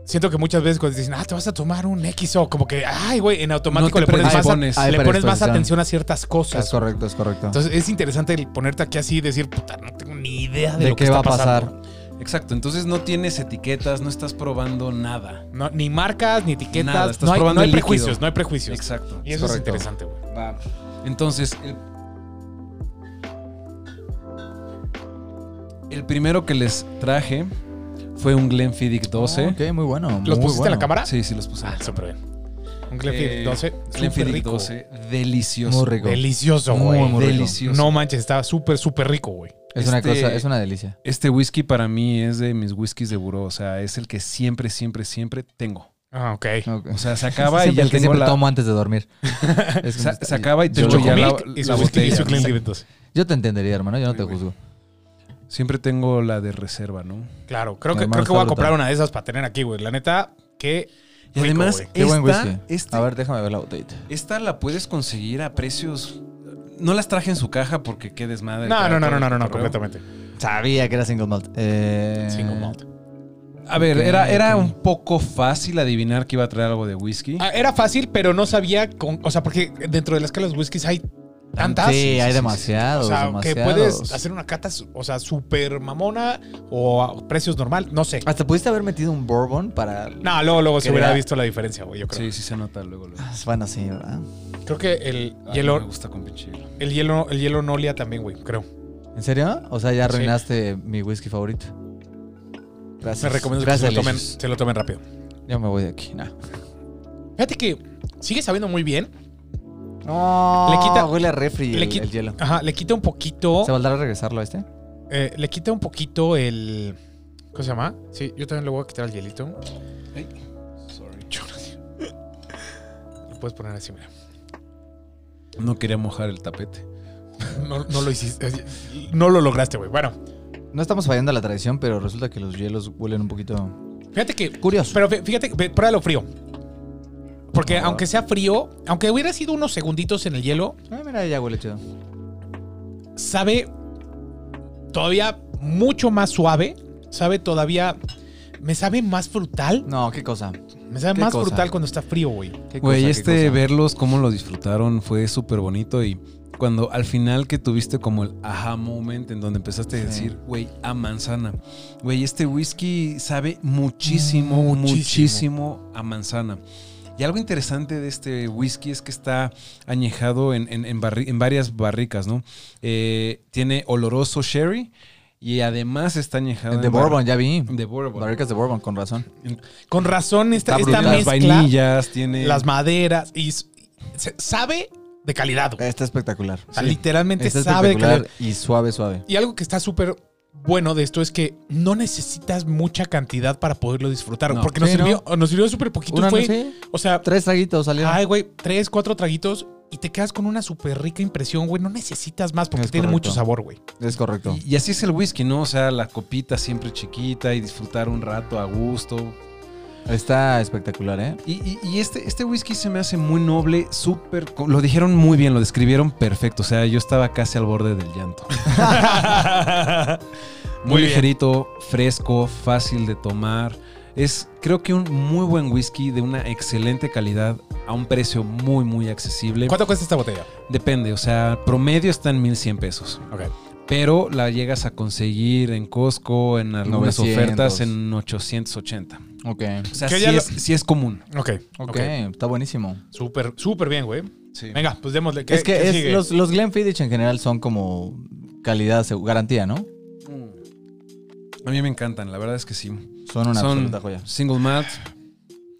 C: siento que muchas veces cuando dicen, ah, te vas a tomar un XO, como que, ay, güey, en automático
B: No
C: le
B: te
C: pones, más,
B: predispones.
C: a-
D: Ay,
C: le
D: pero
C: pones
D: esto
C: más
D: es-
C: atención a ciertas
D: Es
C: cosas.
D: correcto, es correcto.
C: Entonces es interesante el ponerte aquí así y decir, puta, no tengo ni idea de,
D: ¿De
C: lo que
D: qué va a
C: está pasando".
D: pasar?
B: Exacto, entonces no tienes etiquetas, no estás probando nada.
C: No, ni marcas, ni etiquetas,
B: Nada, estás
C: no hay,
B: probando
C: no hay
B: el líquido.
C: prejuicios, no hay prejuicios.
B: Exacto.
C: Y eso es,
D: correcto.
C: interesante, güey.
B: Va. Entonces, el, el primero que les traje fue un Glenfiddich 12.
D: Ok, muy bueno.
C: ¿Los
D: muy
C: pusiste a
D: bueno.
C: la cámara?
B: Sí, sí, los puse.
C: Ah, súper bien. Un Glenfiddich
B: Eh,
C: 12. súper
B: Glenfiddich
C: rico.
B: 12, delicioso.
D: Muy rico.
C: Delicioso,
B: Muy,
C: güey.
B: muy rico.
C: delicioso. No manches, estaba súper, súper rico, güey.
D: Es una
B: Este-
D: cosa, es una delicia.
B: Este whisky para mí es de mis whiskies de buró, o sea, es el que siempre, siempre, siempre tengo.
C: Ah, ok.
B: O sea, [LAUGHS] se acaba y
D: Siempre
B: ya
D: el que
B: tengo
D: siempre
B: la...
D: tomo antes de dormir. Es como-
B: Se, se acaba y
D: Yo
B: tengo
D: lo-
B: ya la,
C: Chocomilk y su
B: la
C: whisky- y
B: botella.
C: su
B: ¿no?
C: Glenfiddich 12.
D: Yo te entendería, hermano, yo no te
B: Sí, güey.
D: juzgo.
B: Siempre tengo la de reserva, ¿no?
C: Claro, creo
D: Mi
C: que,
D: hermano
C: creo que
D: está
C: voy a
D: brutal.
C: comprar una de esas para tener aquí, güey. La neta, que.
B: Y además,
C: güey.
D: Qué buen
B: esta,
D: whisky.
B: este-
D: A ver, déjame ver la botellita.
B: esta la puedes conseguir a precios. No las traje en su caja porque qué desmadre.
C: No,
B: para
C: no, no,
B: todo
C: no,
B: el
C: no, no, no,
B: cotorreo.
C: completamente.
D: Sabía que era single malt. Eh,
C: Single malt.
B: A ver,
D: Ok,
B: era, era
D: ok.
B: un poco fácil adivinar que iba a traer algo de whisky.
C: Ah, era fácil, pero no sabía con. O sea, porque dentro de las escalas whiskies hay tantas.
D: Sí, hay
C: O
D: demasiados,
C: sea, que
D: demasiados.
C: puedes hacer una cata, su- o sea, súper mamona o a precios normal, no sé.
D: Hasta pudiste haber metido un bourbon para...
C: No, luego, luego se
D: Quería-
C: hubiera visto la diferencia, güey, yo creo.
B: sí, sí se nota luego. luego.
D: Bueno, sí, ¿verdad?
C: Creo que el
B: Ah, no me
C: hielo,
B: gusta con pinche hielo.
C: el hielo, el hielo no olía también, güey, creo.
D: ¿En serio? O sea, ya
C: Sí.
D: arruinaste mi whisky favorito. Gracias.
C: Se recomiendo que
D: Gracias,
C: se lo, tomen,
D: Licious.
C: se lo tomen rápido.
D: Yo me voy de aquí. Nah.
C: Fíjate que sigue sabiendo muy bien.
D: No,
C: Le quita-
D: huele a refri
C: le
D: el,
C: quita-
D: el hielo.
C: Ajá, le quita un poquito.
D: ¿Se valdrá regresarlo a este?
C: eh, le quita un poquito el. ¿Cómo se llama? Sí, yo también le voy a quitar el hielito.
B: Ay, sorry.
C: Lo puedes poner así, mira.
B: No quería mojar el tapete.
C: No, no lo hiciste. eh, No lo lograste, güey. Bueno,
D: No estamos fallando a la tradición, pero resulta que los hielos huelen un poquito
C: fíjate que.
D: curioso.
C: Pero fí- fíjate, ve, pruébalo frío. Porque
D: Ah.
C: aunque sea frío, aunque hubiera sido unos segunditos en el hielo,
D: Ah, mira, ya huele chido.
C: sabe todavía mucho más suave. Sabe todavía. Me sabe más frutal.
D: No, qué cosa.
C: Me sabe
D: ¿Qué
C: más
D: cosa?
C: frutal cuando está frío, güey.
D: qué
B: Güey,
D: cosa, qué
B: este
D: cosa.
B: verlos, cómo lo disfrutaron, fue súper bonito. Y cuando al final que tuviste como el aha moment, en donde empezaste a
D: Sí.
B: decir, güey, a manzana. Güey, este whisky sabe muchísimo,
C: Muchísimo.
B: muchísimo, a manzana. Y algo interesante de este whisky es que está añejado en, en- en barri- en varias barricas, ¿no? Eh, tiene oloroso sherry y además está añejado
D: De
B: en bar-
D: bourbon, ya vi.
B: De bourbon.
D: Barricas de bourbon, con razón.
C: Con razón, esta, esta
D: brutal.
B: las
C: mezcla,
B: vainillas, tiene...
C: las maderas, y s- se- sabe de calidad, güey.
D: Está espectacular.
C: O sea, literalmente
D: Está
C: sabe de calidad.
D: espectacular y suave, suave.
C: Y algo que está súper bueno de esto es que no necesitas mucha cantidad para poderlo disfrutar.
B: No.
C: porque nos
D: Sí, ¿no?
C: sirvió, nos sirvió súper poquito.
D: Una
C: fue,
D: noche,
C: O sea,
D: tres traguitos salieron.
C: ay, güey, tres, cuatro traguitos y te quedas con una súper rica impresión, güey. No necesitas más porque
D: Es
C: tiene
D: correcto.
C: mucho
D: [LAUGHS]
C: sabor, güey. [LAUGHS]
D: Es correcto.
B: Y, y así es el whisky, ¿no? O sea, la copita siempre chiquita y disfrutar un rato a gusto.
D: Está espectacular, ¿eh?
B: Y, y- y este, este whisky se me hace muy noble, súper... co- Lo dijeron muy bien, lo describieron perfecto. O sea, yo estaba casi al borde del llanto. muy
C: [LAUGHS] Muy bien.
B: ligerito, fresco, fácil de tomar. Es, creo que un muy buen whisky de una excelente calidad a un precio muy, muy accesible.
C: ¿Cuánto cuesta esta botella?
B: Depende, o sea, promedio está en 1100 pesos.
C: Ok.
B: Pero la llegas a conseguir en Costco, en algunas
D: 900.
B: ofertas, en 880.
D: Ok.
B: O sea,
C: Que
B: sí
C: ya lo-
B: es, sí es común.
C: Ok.
D: Ok,
C: Ok.
D: está buenísimo.
C: Súper, súper bien, güey. Venga, pues démosle. ¿Qué-
D: es
C: qué
D: que es,
C: sigue?
D: los, los Glenfiddich en general son como calidad, seg- garantía, ¿no?
B: A mí me encantan, la verdad es que sí.
D: Son una
B: Son
D: absoluta joya.
B: single malt,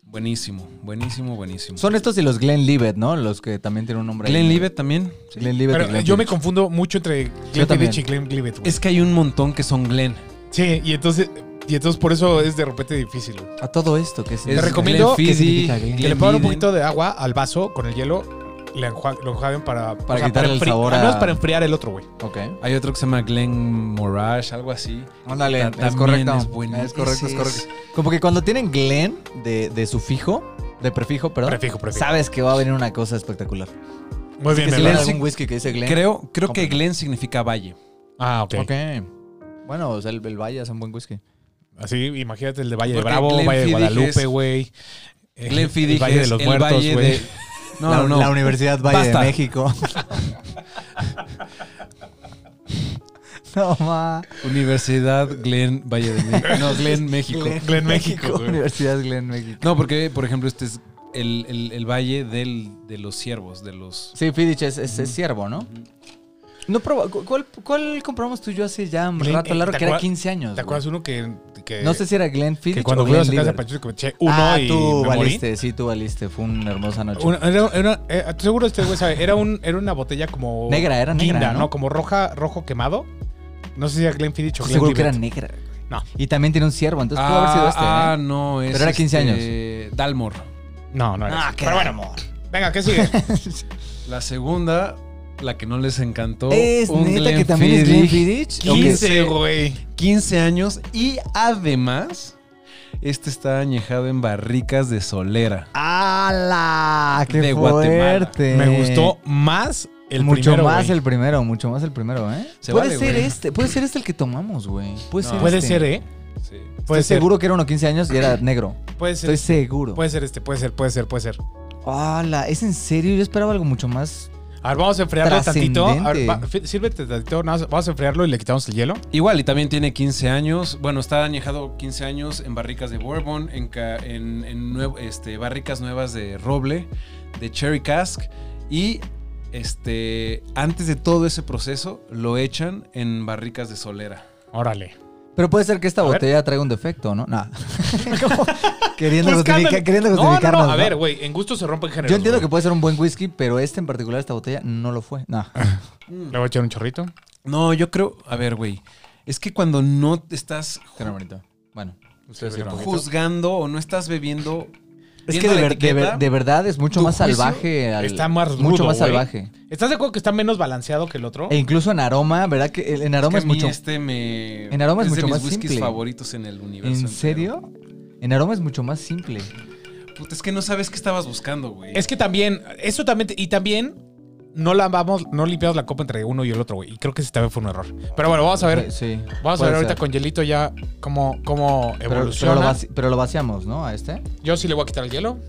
B: buenísimo, buenísimo, buenísimo.
D: Son estos y los Glenlivet, ¿no? Los que también tienen un nombre. ahí.
B: Glenlivet también.
D: Glenlivet. y
C: Pero yo me
D: Glenfiddich.
C: confundo mucho entre Glenfiddich
D: también.
C: y Glenlivet, güey.
B: Es que hay un montón que son Glen.
C: Sí, y entonces, y entonces por eso es de repente difícil, güey.
D: A todo esto, que es?
C: Te
B: Es
C: recomiendo
B: Glenfiddich,
D: ¿Qué significa Glen?
C: Que le pongan un
B: Glenlivet.
C: poquito de agua al vaso con el hielo, le enjua- lo enjuaguen para,
D: Para quitarle el
C: enfri-
D: sabor
C: al menos
D: a-
C: para enfriar el otro, güey.
D: Ok.
B: Hay otro que se llama Glen Morage, algo así.
D: Ándale,
B: Ta-
D: es
B: también
D: correcto.
B: es bueno.
D: Es correcto, es
B: Ese
D: correcto. Como que cuando tienen Glen de, de sufijo, de prefijo, perdón,
C: Prefijo, prefijo.
D: sabes que va a venir una cosa espectacular.
C: Muy bien,
D: Que si ven
C: Bernardo.
B: Glen-
D: algún whisky que dice Glen.
B: Creo, creo que
D: Comprendo.
B: Glen significa valle.
C: Ah, ok.
D: Ok. Bueno, o sea, el, el Valle es un buen whisky.
C: Así, imagínate el de Valle de
B: Porque
C: Bravo, Valle de
B: Glenfiddich
C: Guadalupe,
B: es-
C: güey. Eh,
B: Glenfiddich
C: [LAUGHS] [LAUGHS] el Valle de
B: es
C: los
B: el
C: Muertos,
D: [LAUGHS]
B: valle
C: güey.
B: de- [LAUGHS] No,
D: la,
B: no, no.
D: la Universidad Valle
B: Basta.
D: de
C: [LAUGHS]
D: México. [LAUGHS] no, ma.
B: Universidad Glen Valle de México.
D: [LAUGHS]
B: No, Glen México.
C: Glen México, güey.
D: Universidad Glen México.
B: No, porque, por ejemplo, este es el, el- el valle del- de los ciervos, de los...
D: Sí, Fiddich es, es, es ciervo, ¿no? No proba- cu- ¿cuál, ¿Cuál compramos tú y yo hace ya un
C: Glen-
D: rato
C: eh,
D: largo?
C: ¿te
D: Que era
C: acuerdas-
D: 15 años.
C: ¿Te acuerdas
D: güey.
C: uno que, que,
D: No sé si era Glenn
C: que cuando fuimos a casa de Panchito que me eché uno
D: ah,
C: y
D: tú
C: me morí?
D: valiste, sí, tú valiste. Fue una hermosa noche.
C: Una- era, era- eh, seguro este güey sabe, era, un, era una botella como...
D: Negra, era negra,
C: guinda,
D: ¿no?
C: Como roja, rojo quemado. No sé si era Glenfiddich o
D: Estoy seguro que era
C: Glenlivet.
D: negra. güey.
C: No.
D: Y también tiene un ciervo, entonces pudo haber sido este.
B: Ah,
D: ¿eh?
B: no, es.
D: Pero era 15
B: años. Dalmor.
C: No, no era.
D: Ah,
C: ese.
D: qué
C: Pero bueno,
D: amor.
C: venga,
D: [LAUGHS]
C: ¿qué sigue?
B: La segunda, la que no les encantó.
D: ¿Es
B: un
D: neta que también es Glenn
B: Glenfiddich.
D: Fiddich?
B: Ok.
C: 15, güey.
B: 15 años y además este está añejado en barricas de solera.
D: ¡Hala! ¡Qué
B: De Guatemala.
D: fuerte!
C: Me gustó más el
D: Eh, mucho
C: primero,
D: más
C: güey.
D: el primero, mucho más el primero, ¿eh?
B: Se
D: puede
B: vale,
D: ser
B: güey.
D: este, puede ser este el que tomamos, güey. Puede
B: No.
D: ser
C: Puede
D: este.
C: ser, ¿eh?
B: Sí.
C: Puede
D: Estoy
C: ser.
D: seguro que era uno 15 años y era negro.
C: Puede ser.
D: Estoy seguro.
C: Puede ser este, puede ser, puede ser, puede ser.
D: ¡Hala! ¿Es en serio? Yo esperaba algo mucho más.
C: A ver, vamos a enfriarlo tantito. A ver,
D: Trascendente.
C: va- fí- sírvete tantito. nada más, Vamos a enfriarlo y le quitamos el hielo.
B: Igual, y también tiene 15 años. Bueno, está añejado 15 años en barricas de bourbon, en, ca- en- en nuev- este, barricas nuevas de roble, de cherry cask. Y este, antes de todo ese proceso, lo echan en barricas de solera.
C: Órale.
D: Pero puede ser que esta
C: A ver.
D: botella traiga un defecto, ¿no?
C: [LAUGHS]
D: Nah. Como queriendo,
C: Pues,
D: justifica-
C: cámbiale.
D: queriendo
C: No, no, no,
D: justificarnos.
C: A
D: ¿no?
C: ver, güey, en gusto se rompen géneros.
D: Yo entiendo que
C: güey.
D: puede ser un buen whisky, pero este en particular, esta botella, no lo fue. No.
C: [LAUGHS] Le voy a echar un chorrito.
B: No, yo creo. A ver, güey. Es que cuando no te estás ju-
D: Pero bonito. Bueno.
C: Sí, pero-
B: juzgando o no estás bebiendo.
D: Es que
B: viendo
D: de,
B: la
D: ver- de ver-
B: etiqueta,
D: de verdad es mucho
B: tu
D: más
B: juicio
D: salvaje. al-
C: está más
D: Mucho
C: rudo,
D: más
C: güey.
D: salvaje.
C: ¿Estás de acuerdo que está menos balanceado que el otro?
D: E incluso en aroma, ¿verdad? Que el- en aroma
B: que
D: es
B: a mí
D: mucho.
B: Este me,
D: En aroma es
B: de
D: mucho
B: mis
D: más
B: whiskies
D: simple.
B: favoritos en el universo.
D: ¿En
B: entero.
D: serio? En aroma es mucho más simple.
B: Puta, es que no sabes qué estabas buscando, güey.
C: Es que también, eso también, y también no lavamos, no limpiamos la copa entre uno y el otro, güey. Y creo que ese también fue un error. Pero bueno, vamos a ver.
D: Sí.
C: Vamos a
D: puede
C: ver ahorita
D: ser.
C: con hielito ya cómo, cómo
D: Pero- Pero,
C: evoluciona.
D: lo vaci- pero lo vaciamos, ¿no? A este.
C: Yo sí le voy a quitar el hielo.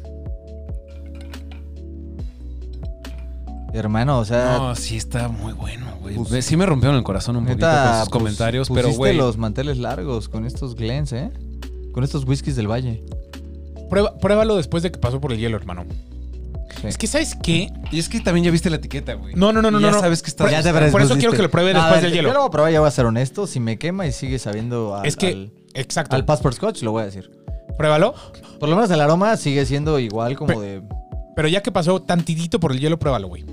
D: Hermano, o sea.
B: No, sí está muy bueno, güey.
D: Pus-
B: Ve, sí me rompieron el corazón un poquito
D: Pues, neta,
C: pues,
B: con sus
D: pus-
B: comentarios, pero
D: pusiste
B: güey.
D: los manteles largos con estos glens, ¿eh? Con estos whiskies del valle.
C: Prueba- pruébalo después de que pasó por el hielo, hermano.
D: Sí.
C: Es que, ¿sabes qué?
B: Y es que también ya viste la etiqueta, güey.
C: No, no, no, no,
B: Y ya
C: no.
B: sabes
D: Pues,
B: que estás.
C: Ya te
B: buscando.
C: verás. por eso quiero que lo pruebe
D: No, a
C: después
D: ver,
C: del hielo.
D: Yo lo voy a probar, ya voy a ser honesto. Si me quema y sigue sabiendo al,
C: es que,
D: al,
C: exacto.
D: al Passport Scotch, lo voy a decir.
C: pruébalo.
D: Por lo menos el aroma sigue siendo igual como
C: Pe-
D: de.
C: Pero ya que pasó tantitito por el hielo, pruébalo, güey.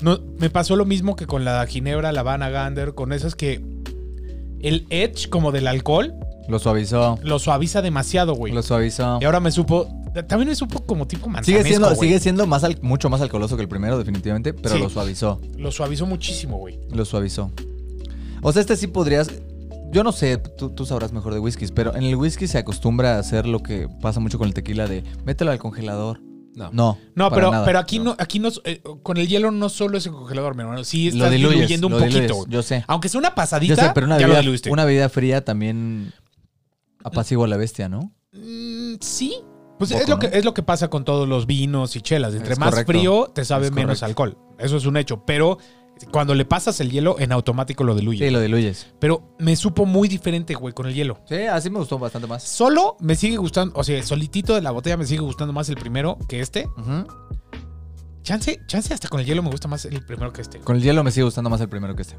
C: No, me pasó lo mismo que con la Ginebra, la Habana Gander, con esas que el edge como del alcohol
D: Lo suavizó.
C: lo suaviza demasiado, güey.
D: Lo suavizó.
C: Y ahora me supo, también me supo como tipo manzanesco,
D: Sigue siendo,
C: güey.
D: sigue siendo más al- mucho más alcoholoso que el primero, definitivamente, pero
C: Sí.
D: lo suavizó.
C: Lo suavizó muchísimo, güey.
D: Lo suavizó. O sea, este sí podrías. Yo no sé, tú, tú sabrás mejor de whiskies, pero en el whisky se acostumbra a hacer lo que pasa mucho con el tequila de mételo al congelador.
B: No.
D: No.
C: No,
D: para
C: pero,
D: nada.
C: pero aquí no, aquí no, eh, con el hielo no solo es el congelador, mi hermano. Sí,
D: Lo
C: estás
D: diluyes,
C: diluyendo un
D: lo
C: poquito.
D: diluyes,
C: güey.
D: Yo sé.
C: Aunque sea una pasadita,
D: Yo sé, pero una
C: ya lo
D: bebida,
C: diluiste.
D: una bebida fría también apacigua a la bestia, ¿no?
C: Mm, sí. Pues
D: Un
C: es,
D: poco,
C: lo que,
D: ¿no?
C: es lo que pasa con todos los vinos y chelas. Entre
D: Es
C: más
D: correcto.
C: frío, te sabe
D: Es
C: menos alcohol. Eso es un hecho. Pero cuando le pasas el hielo, en automático lo diluye.
D: Sí, lo diluyes.
C: Pero me supo muy diferente, güey, con el hielo.
D: Sí, así me gustó bastante más.
C: Solo me sigue gustando, o sea, solitito de la botella me sigue gustando más el primero que este.
D: Ujú.
C: Chance, chance hasta con el hielo me gusta más el primero que este.
D: Con el hielo me sigue gustando más el primero que este.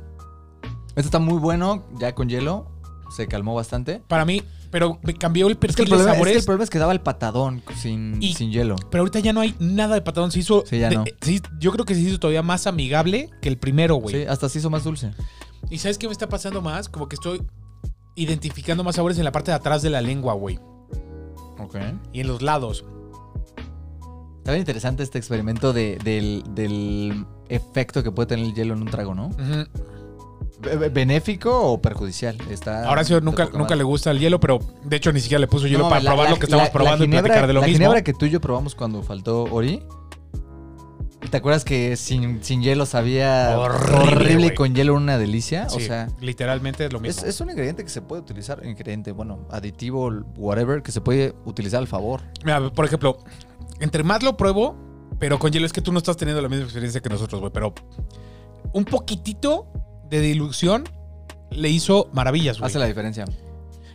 D: Este está muy bueno, ya con hielo. Se calmó bastante.
C: Para mí, pero me cambió el
D: Es que,
C: perfil
D: el problema,
C: de
D: es que
C: sabores.
D: el problema es que daba el patadón sin,
C: Y-
D: sin hielo.
C: Pero ahorita ya no hay nada de patadón. Se hizo.
D: Sí, ya
C: de-
D: no.
C: se hizo- yo creo que se hizo todavía más amigable que el primero, güey.
D: Sí, hasta se hizo más dulce.
C: ¿Y sabes qué me está pasando más? Como que estoy identificando más sabores en la parte de atrás de la lengua, güey.
D: Ok.
C: Y en los lados.
D: Está bien interesante este experimento de- del, del efecto que puede tener el hielo en un trago, ¿no? Be- be- ¿Benéfico o perjudicial? Está
C: Ahora sí, nunca,
D: está poca
C: nunca
D: madre.
C: le gusta el hielo, pero de hecho ni siquiera le puso hielo
D: No,
C: para
D: la-
C: probar
D: la-
C: lo que estamos
D: la-
C: probando
D: la
C: y platicar de lo
D: la
C: mismo.
D: ginebra que tú y yo probamos cuando faltó Ori. ¿Te acuerdas que sin, sin hielo sabía
C: Horrible,
D: horrible, y
C: güey.
D: con hielo era una delicia?
C: Sí,
D: o sea,
C: literalmente es lo
D: es,
C: mismo.
D: es un ingrediente que se puede utilizar, ingrediente, bueno, aditivo, whatever, que se puede utilizar al favor.
C: Mira, por ejemplo, entre más lo pruebo, pero con hielo es que tú no estás teniendo la misma experiencia que nosotros, güey. Pero un poquitito de dilución le hizo maravillas, güey.
D: Hace la diferencia.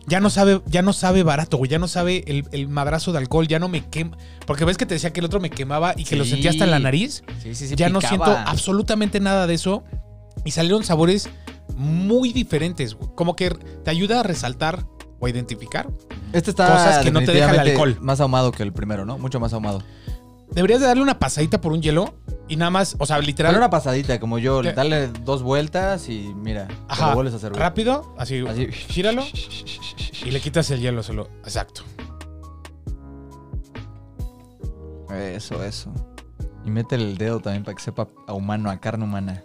C: ya no sabe, ya no sabe barato, güey. Ya no sabe el, el madrazo de alcohol, ya no me quema. Porque ves que te decía que el otro me quemaba y que lo
D: Sí.
C: sentía hasta en la nariz.
D: Sí, sí, sí,
C: ya no
D: picaba.
C: siento absolutamente nada de eso. Y salieron sabores muy diferentes, güey. Como que te ayuda a resaltar o a identificar.
D: Este está
C: cosas que no te deja el
D: definitivamente
C: alcohol.
D: Más ahumado que el primero, ¿no? Mucho más ahumado.
C: Deberías de darle una pasadita por un hielo y nada más, o sea, literal,
D: Dale una pasadita, como yo,
C: ¿Qué?
D: dale dos vueltas y mira, te
C: Ajá.
D: lo vuelves a servir.
C: rápido, así,
D: Así. [LAUGHS]
C: gíralo y le quitas el hielo solo. Exacto. [LAUGHS]
D: Eso, eso. Y métele el dedo también para que sepa a humano, a carne humana.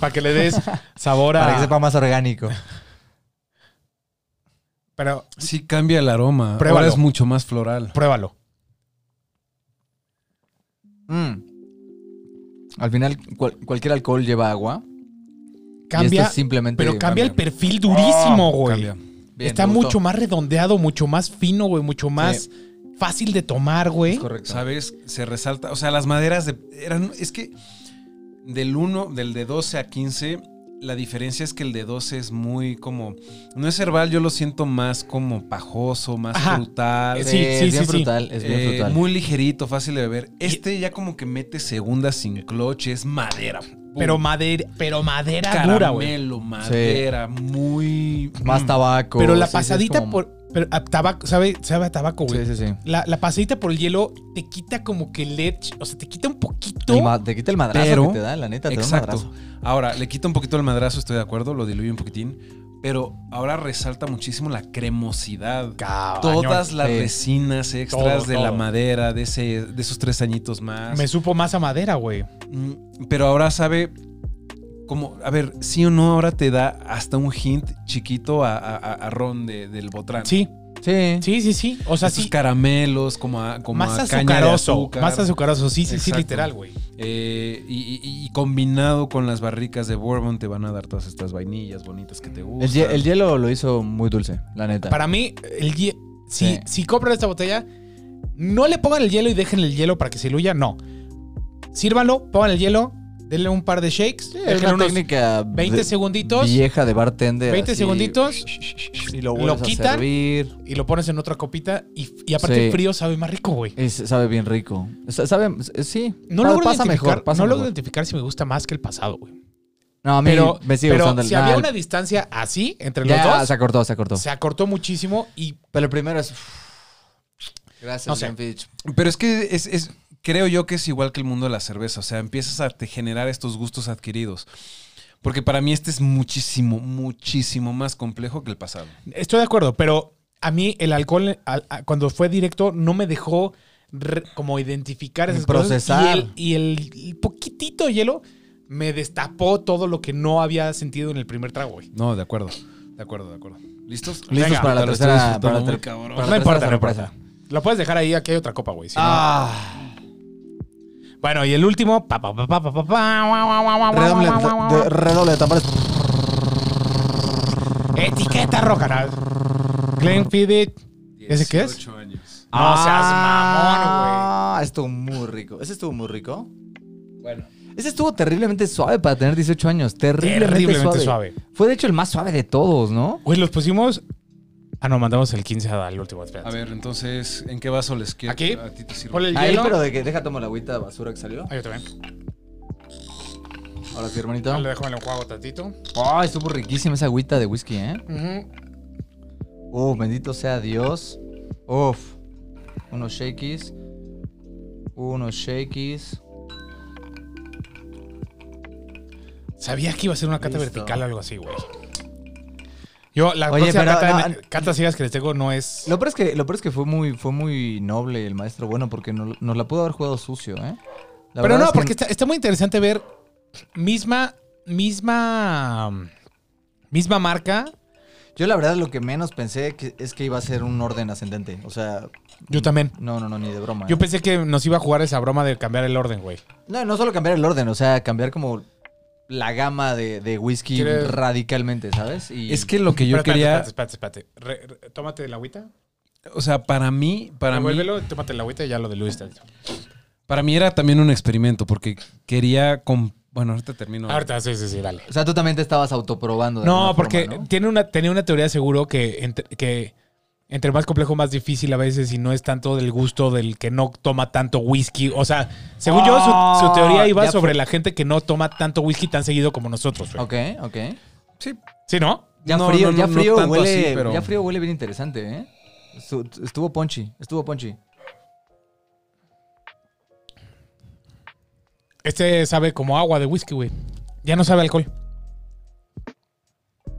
C: Para que le des sabor
D: Para que
C: a...
D: sepa más orgánico.
C: Pero
B: Sí cambia el aroma.
C: Pruébalo.
B: Ahora es mucho más floral.
C: pruébalo.
D: Mm. Al final, cual- cualquier alcohol lleva agua. y
C: Cambia,
D: este simplemente. Oh,
C: pero cambia el
D: Bien,
C: perfil durísimo, güey. ¿Eh?
B: Cambia.
D: me
C: Está
D: gustó.
C: mucho más redondeado, mucho más fino, güey, mucho más fácil de tomar, güey.
D: Es correcto.
B: ¿Sabes? Se resalta. O sea, las maderas de, eran. Es que del 1, del de 12 a 15, la diferencia es que el de 12 es muy como. No es herbal, yo lo siento más como pajoso, más
C: Ajá.
B: frutal.
C: Sí,
D: es
C: sí,
D: bien
C: sí, sí.
D: frutal, es bien
B: eh,
D: frutal.
B: muy ligerito, fácil de beber. Este ya como que mete segunda sin cloche, es madera.
C: Pero madera, pero madera dura, güey.
B: caramelo, madera, muy.
D: Más
B: Mm.
D: tabaco.
C: Pero la
D: sí, sí, es
C: pasadita
D: como-
C: por pero a tabaco, sabe, sabe a tabaco, güey.
D: Sí, sí, sí.
C: La, la pasadita por el hielo te quita como que el edge, o sea, te quita un poquito.
D: El ma- te quita el madrazo
B: Pero-
D: que te da, la neta, te da un
B: Exacto.
D: madrazo.
B: Ahora, le quita un poquito el madrazo, estoy de acuerdo, lo diluye un poquitín, pero ahora resalta muchísimo la cremosidad.
C: Cañón.
B: Todas las
D: Sí.
B: resinas extras
C: Todo,
B: de la
C: todo.
B: madera, de, ese, de esos tres añitos más.
C: Me supo más a madera, güey.
B: Mm, Pero ahora sabe como, a ver, sí o no, ahora te da hasta un hint chiquito a, a- a- a ron de- del Botrán.
C: Sí,
D: Sí.
C: sí, sí, sí. O sea,
B: Estos
C: sí.
B: caramelos, como a, como
C: Más
B: a caña de
C: azucaroso.
B: azúcar.
C: Más azucaroso, sí, sí, sí,
B: Exacto.
C: literal, güey.
B: Eh, y, y- y combinado con las barricas de bourbon te van a dar todas estas vainillas bonitas que te
D: El,
B: gustan.
D: hie- el hielo lo hizo muy dulce, la neta.
C: Para mí, el hie- si,
D: Sí.
C: si compran esta botella, no le pongan el hielo y dejen el hielo para que se diluya, no. Sírvanlo, pongan el hielo, denle un par de shakes,
D: Sí, es
C: déjenle
D: una
C: unos
D: técnica
C: 20
D: de-
C: segunditos
D: vieja de bartender.
C: 20
D: así.
C: segunditos,
D: y lo
C: lo
D: vuelves a
C: quitan.
D: servir.
C: y lo pones en otra copita y, y aparte
D: Sí. Eh,
C: frío sabe más rico, güey.
D: Es- sabe bien rico. Sa- Sabe, s- sí.
C: No
D: Pa-
C: logro,
D: pasa
C: identificar,
D: mejor, pasa
C: no logro
D: mejor.
C: identificar si me gusta más que el pasado, güey.
D: No, a mí
C: Pero,
D: me sigue
C: pero
D: gustando el
C: si había
D: nah,
C: una distancia así entre los
D: ya,
C: dos,
D: se acortó, se acortó.
C: se acortó muchísimo y
D: Pero el primero es... Gracias,
C: No sé.
D: Bienfich.
B: Pero es que es, es- creo yo que es igual que el mundo de la cerveza. O sea, empiezas a te generar estos gustos adquiridos. Porque para mí este es muchísimo, muchísimo más complejo que el pasado.
C: Estoy de acuerdo, pero a mí el alcohol, al- a- cuando fue directo, no me dejó re- como identificar
D: Ni
C: esas cosas.
D: procesar.
C: Y el, y el- el poquitito de hielo me destapó todo lo que no había sentido en el primer trago, güey.
B: No, de acuerdo. De acuerdo, de acuerdo. ¿Listos?
D: Listos
C: Venga,
D: para la
B: Lo estoy
D: tercera...
B: disfrutando
D: Para la
B: muy
D: ter-
B: cabrón.
D: para la
C: No importa,
D: tercera
C: no
D: sorpresa.
C: importa. Lo puedes dejar ahí, aquí hay otra copa, güey. si no-
D: Ah,
C: Bueno, y el último. pa, pa, pa, pa, pa, pa, pa, guau, guau, guau, guau,
D: redoble,
C: guau, guau, guau,
D: de- de- redoble de tambores.
C: guau. Etiqueta roja. Glenfiddich. ¿Ese qué es?
B: 18 años.
C: No seas mamón,
D: Ah, estuvo muy rico. Ese estuvo muy rico.
B: Bueno.
D: Ese estuvo terriblemente suave para tener 18 años.
C: güey.
D: Terriblemente,
C: Terriblemente
D: suave.
C: suave.
D: Fue de hecho el más suave de todos, ¿no?
C: Güey, los pusimos. Ah, no, mandamos el 15 al último. Espérate.
B: A ver, entonces, ¿en qué vaso les quiero?
C: ¿Aquí?
B: A ti te sirvo.
C: Ponle el
D: Ahí,
C: hielo.
D: pero de que deja tomar la agüita de basura que salió.
C: Ah, yo también.
D: Ahora sí, hermanito.
C: Lo dejo en el juego tantito.
D: Ay, estuvo riquísima esa agüita de whisky, ¿eh? Oh, bendito sea Dios. Uf. Unos shakies. Unos shakies.
C: Sabía que iba a ser una cata
D: Listo.
C: vertical o algo así, güey. Yo, la
D: Oye,
C: próxima
D: pero
C: cata,
D: no,
C: cata ciegas que les tengo no es.
D: Lo peor es que, lo peor es que fue, muy, fue muy noble el maestro bueno porque no- nos la pudo haber jugado sucio, ¿eh? La
C: pero
D: verdad
C: no,
D: es que-
C: porque está, está muy interesante ver misma, misma, misma marca.
D: Yo la verdad lo que menos pensé que- es que iba a ser un orden ascendente. O sea,
C: Yo también.
D: no, no, no, ni de broma.
C: Yo
D: ¿eh?
C: pensé que nos iba a jugar esa broma de cambiar el orden, güey.
D: No, no solo cambiar el orden, o sea, cambiar como la gama de, de whisky
C: ¿Quieres-
D: radicalmente, ¿sabes? Y
B: Es que lo que yo
C: Pero espérate,
B: quería,
C: Espérate, espérate, espérate. Re- re- tómate la agüita.
B: o sea, para mí, para mí,
C: Devuélvelo, tómate la agüita y ya lo diluiste.
B: Para mí era también un experimento porque quería com- Bueno, ahorita termino.
C: Ahorita, sí, sí, sí, dale.
D: O sea, tú también te estabas autoprobando. de
C: No,
D: alguna
C: porque
D: forma, ¿no?
C: Tiene una, tenía una teoría seguro que entre, que entre más complejo, más difícil a veces y no es tanto del gusto del que no toma tanto whisky. O sea, según yo, su, su teoría iba
D: Ah, Ya
C: sobre
D: fue.
C: la gente que no toma tanto whisky tan seguido como nosotros. güey.
D: Ok, ok.
B: Sí,
C: ¿Sí, no?
D: Ya
B: No,
D: frío,
B: no,
D: ya
B: no, no
D: frío
B: tanto
D: huele.
B: así, pero-
D: Ya frío huele bien interesante, ¿eh? Estu- Estuvo Ponchi, estuvo Ponchi.
C: Este sabe como agua de whisky, güey. Ya no sabe alcohol.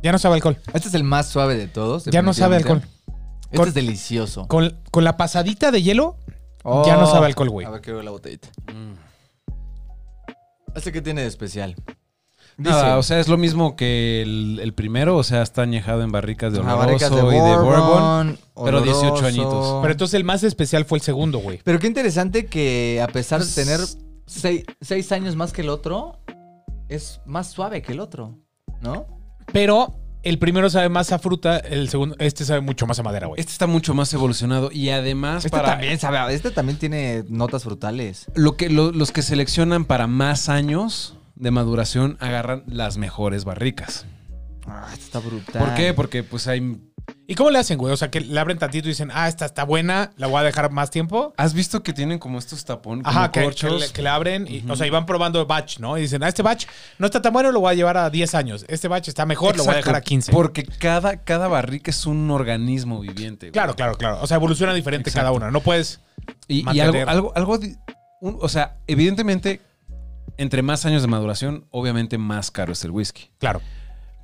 C: Ya no sabe alcohol.
D: Este es el más suave de todos.
C: Ya no sabe alcohol.
D: definitivamente. Este
C: Con-
D: es delicioso.
C: Con, con la pasadita de hielo, ya no sabe alcohol, güey.
D: A ver, quiero la botellita. ¿Este qué tiene de especial?
C: Ah,
B: Nada, o sea, es lo mismo que el, el primero, o sea, está añejado en barricas de
D: Ajá,
B: oloroso
D: Ah, barricas de
B: y de bourbon.
D: bourbon,
B: pero 18
D: oloroso.
B: añitos.
C: Pero entonces el más especial fue el segundo, güey.
D: Pero qué interesante que a pesar de tener sei- seis años más que el otro, es más suave que el otro, ¿no?
C: Pero el primero sabe más a fruta, el segundo, este sabe mucho más a madera, güey.
B: Este está mucho más evolucionado y además
D: Este
B: para
D: también sabe, a- este también tiene notas frutales.
B: lo que lo- los que seleccionan para más años de maduración agarran las mejores barricas.
D: Ah, este está brutal.
B: ¿Por qué? Porque pues hay
C: ¿Y cómo le hacen, güey? O sea, que le abren tantito y dicen, ah, esta está buena, la voy a dejar más tiempo.
B: ¿Has visto que tienen como estos tapones,
C: Ajá, que, que
B: corchos?
C: le, que le abren, y,
B: Ujú.
C: o sea, y van probando batch, ¿no? Y dicen, ah, este batch no está tan bueno, lo voy a llevar a 10 años. Este batch está mejor, lo voy a
B: Exacto,
C: dejar a 15.
B: Porque cada, cada barrica es un organismo viviente. güey.
C: Claro, claro, claro. O sea, evoluciona diferente
B: Exacto.
C: cada una. No puedes.
B: Y, y
C: mantener.
B: algo, algo, algo di- un- o sea, evidentemente, entre más años de maduración, obviamente más caro es el whisky.
C: Claro.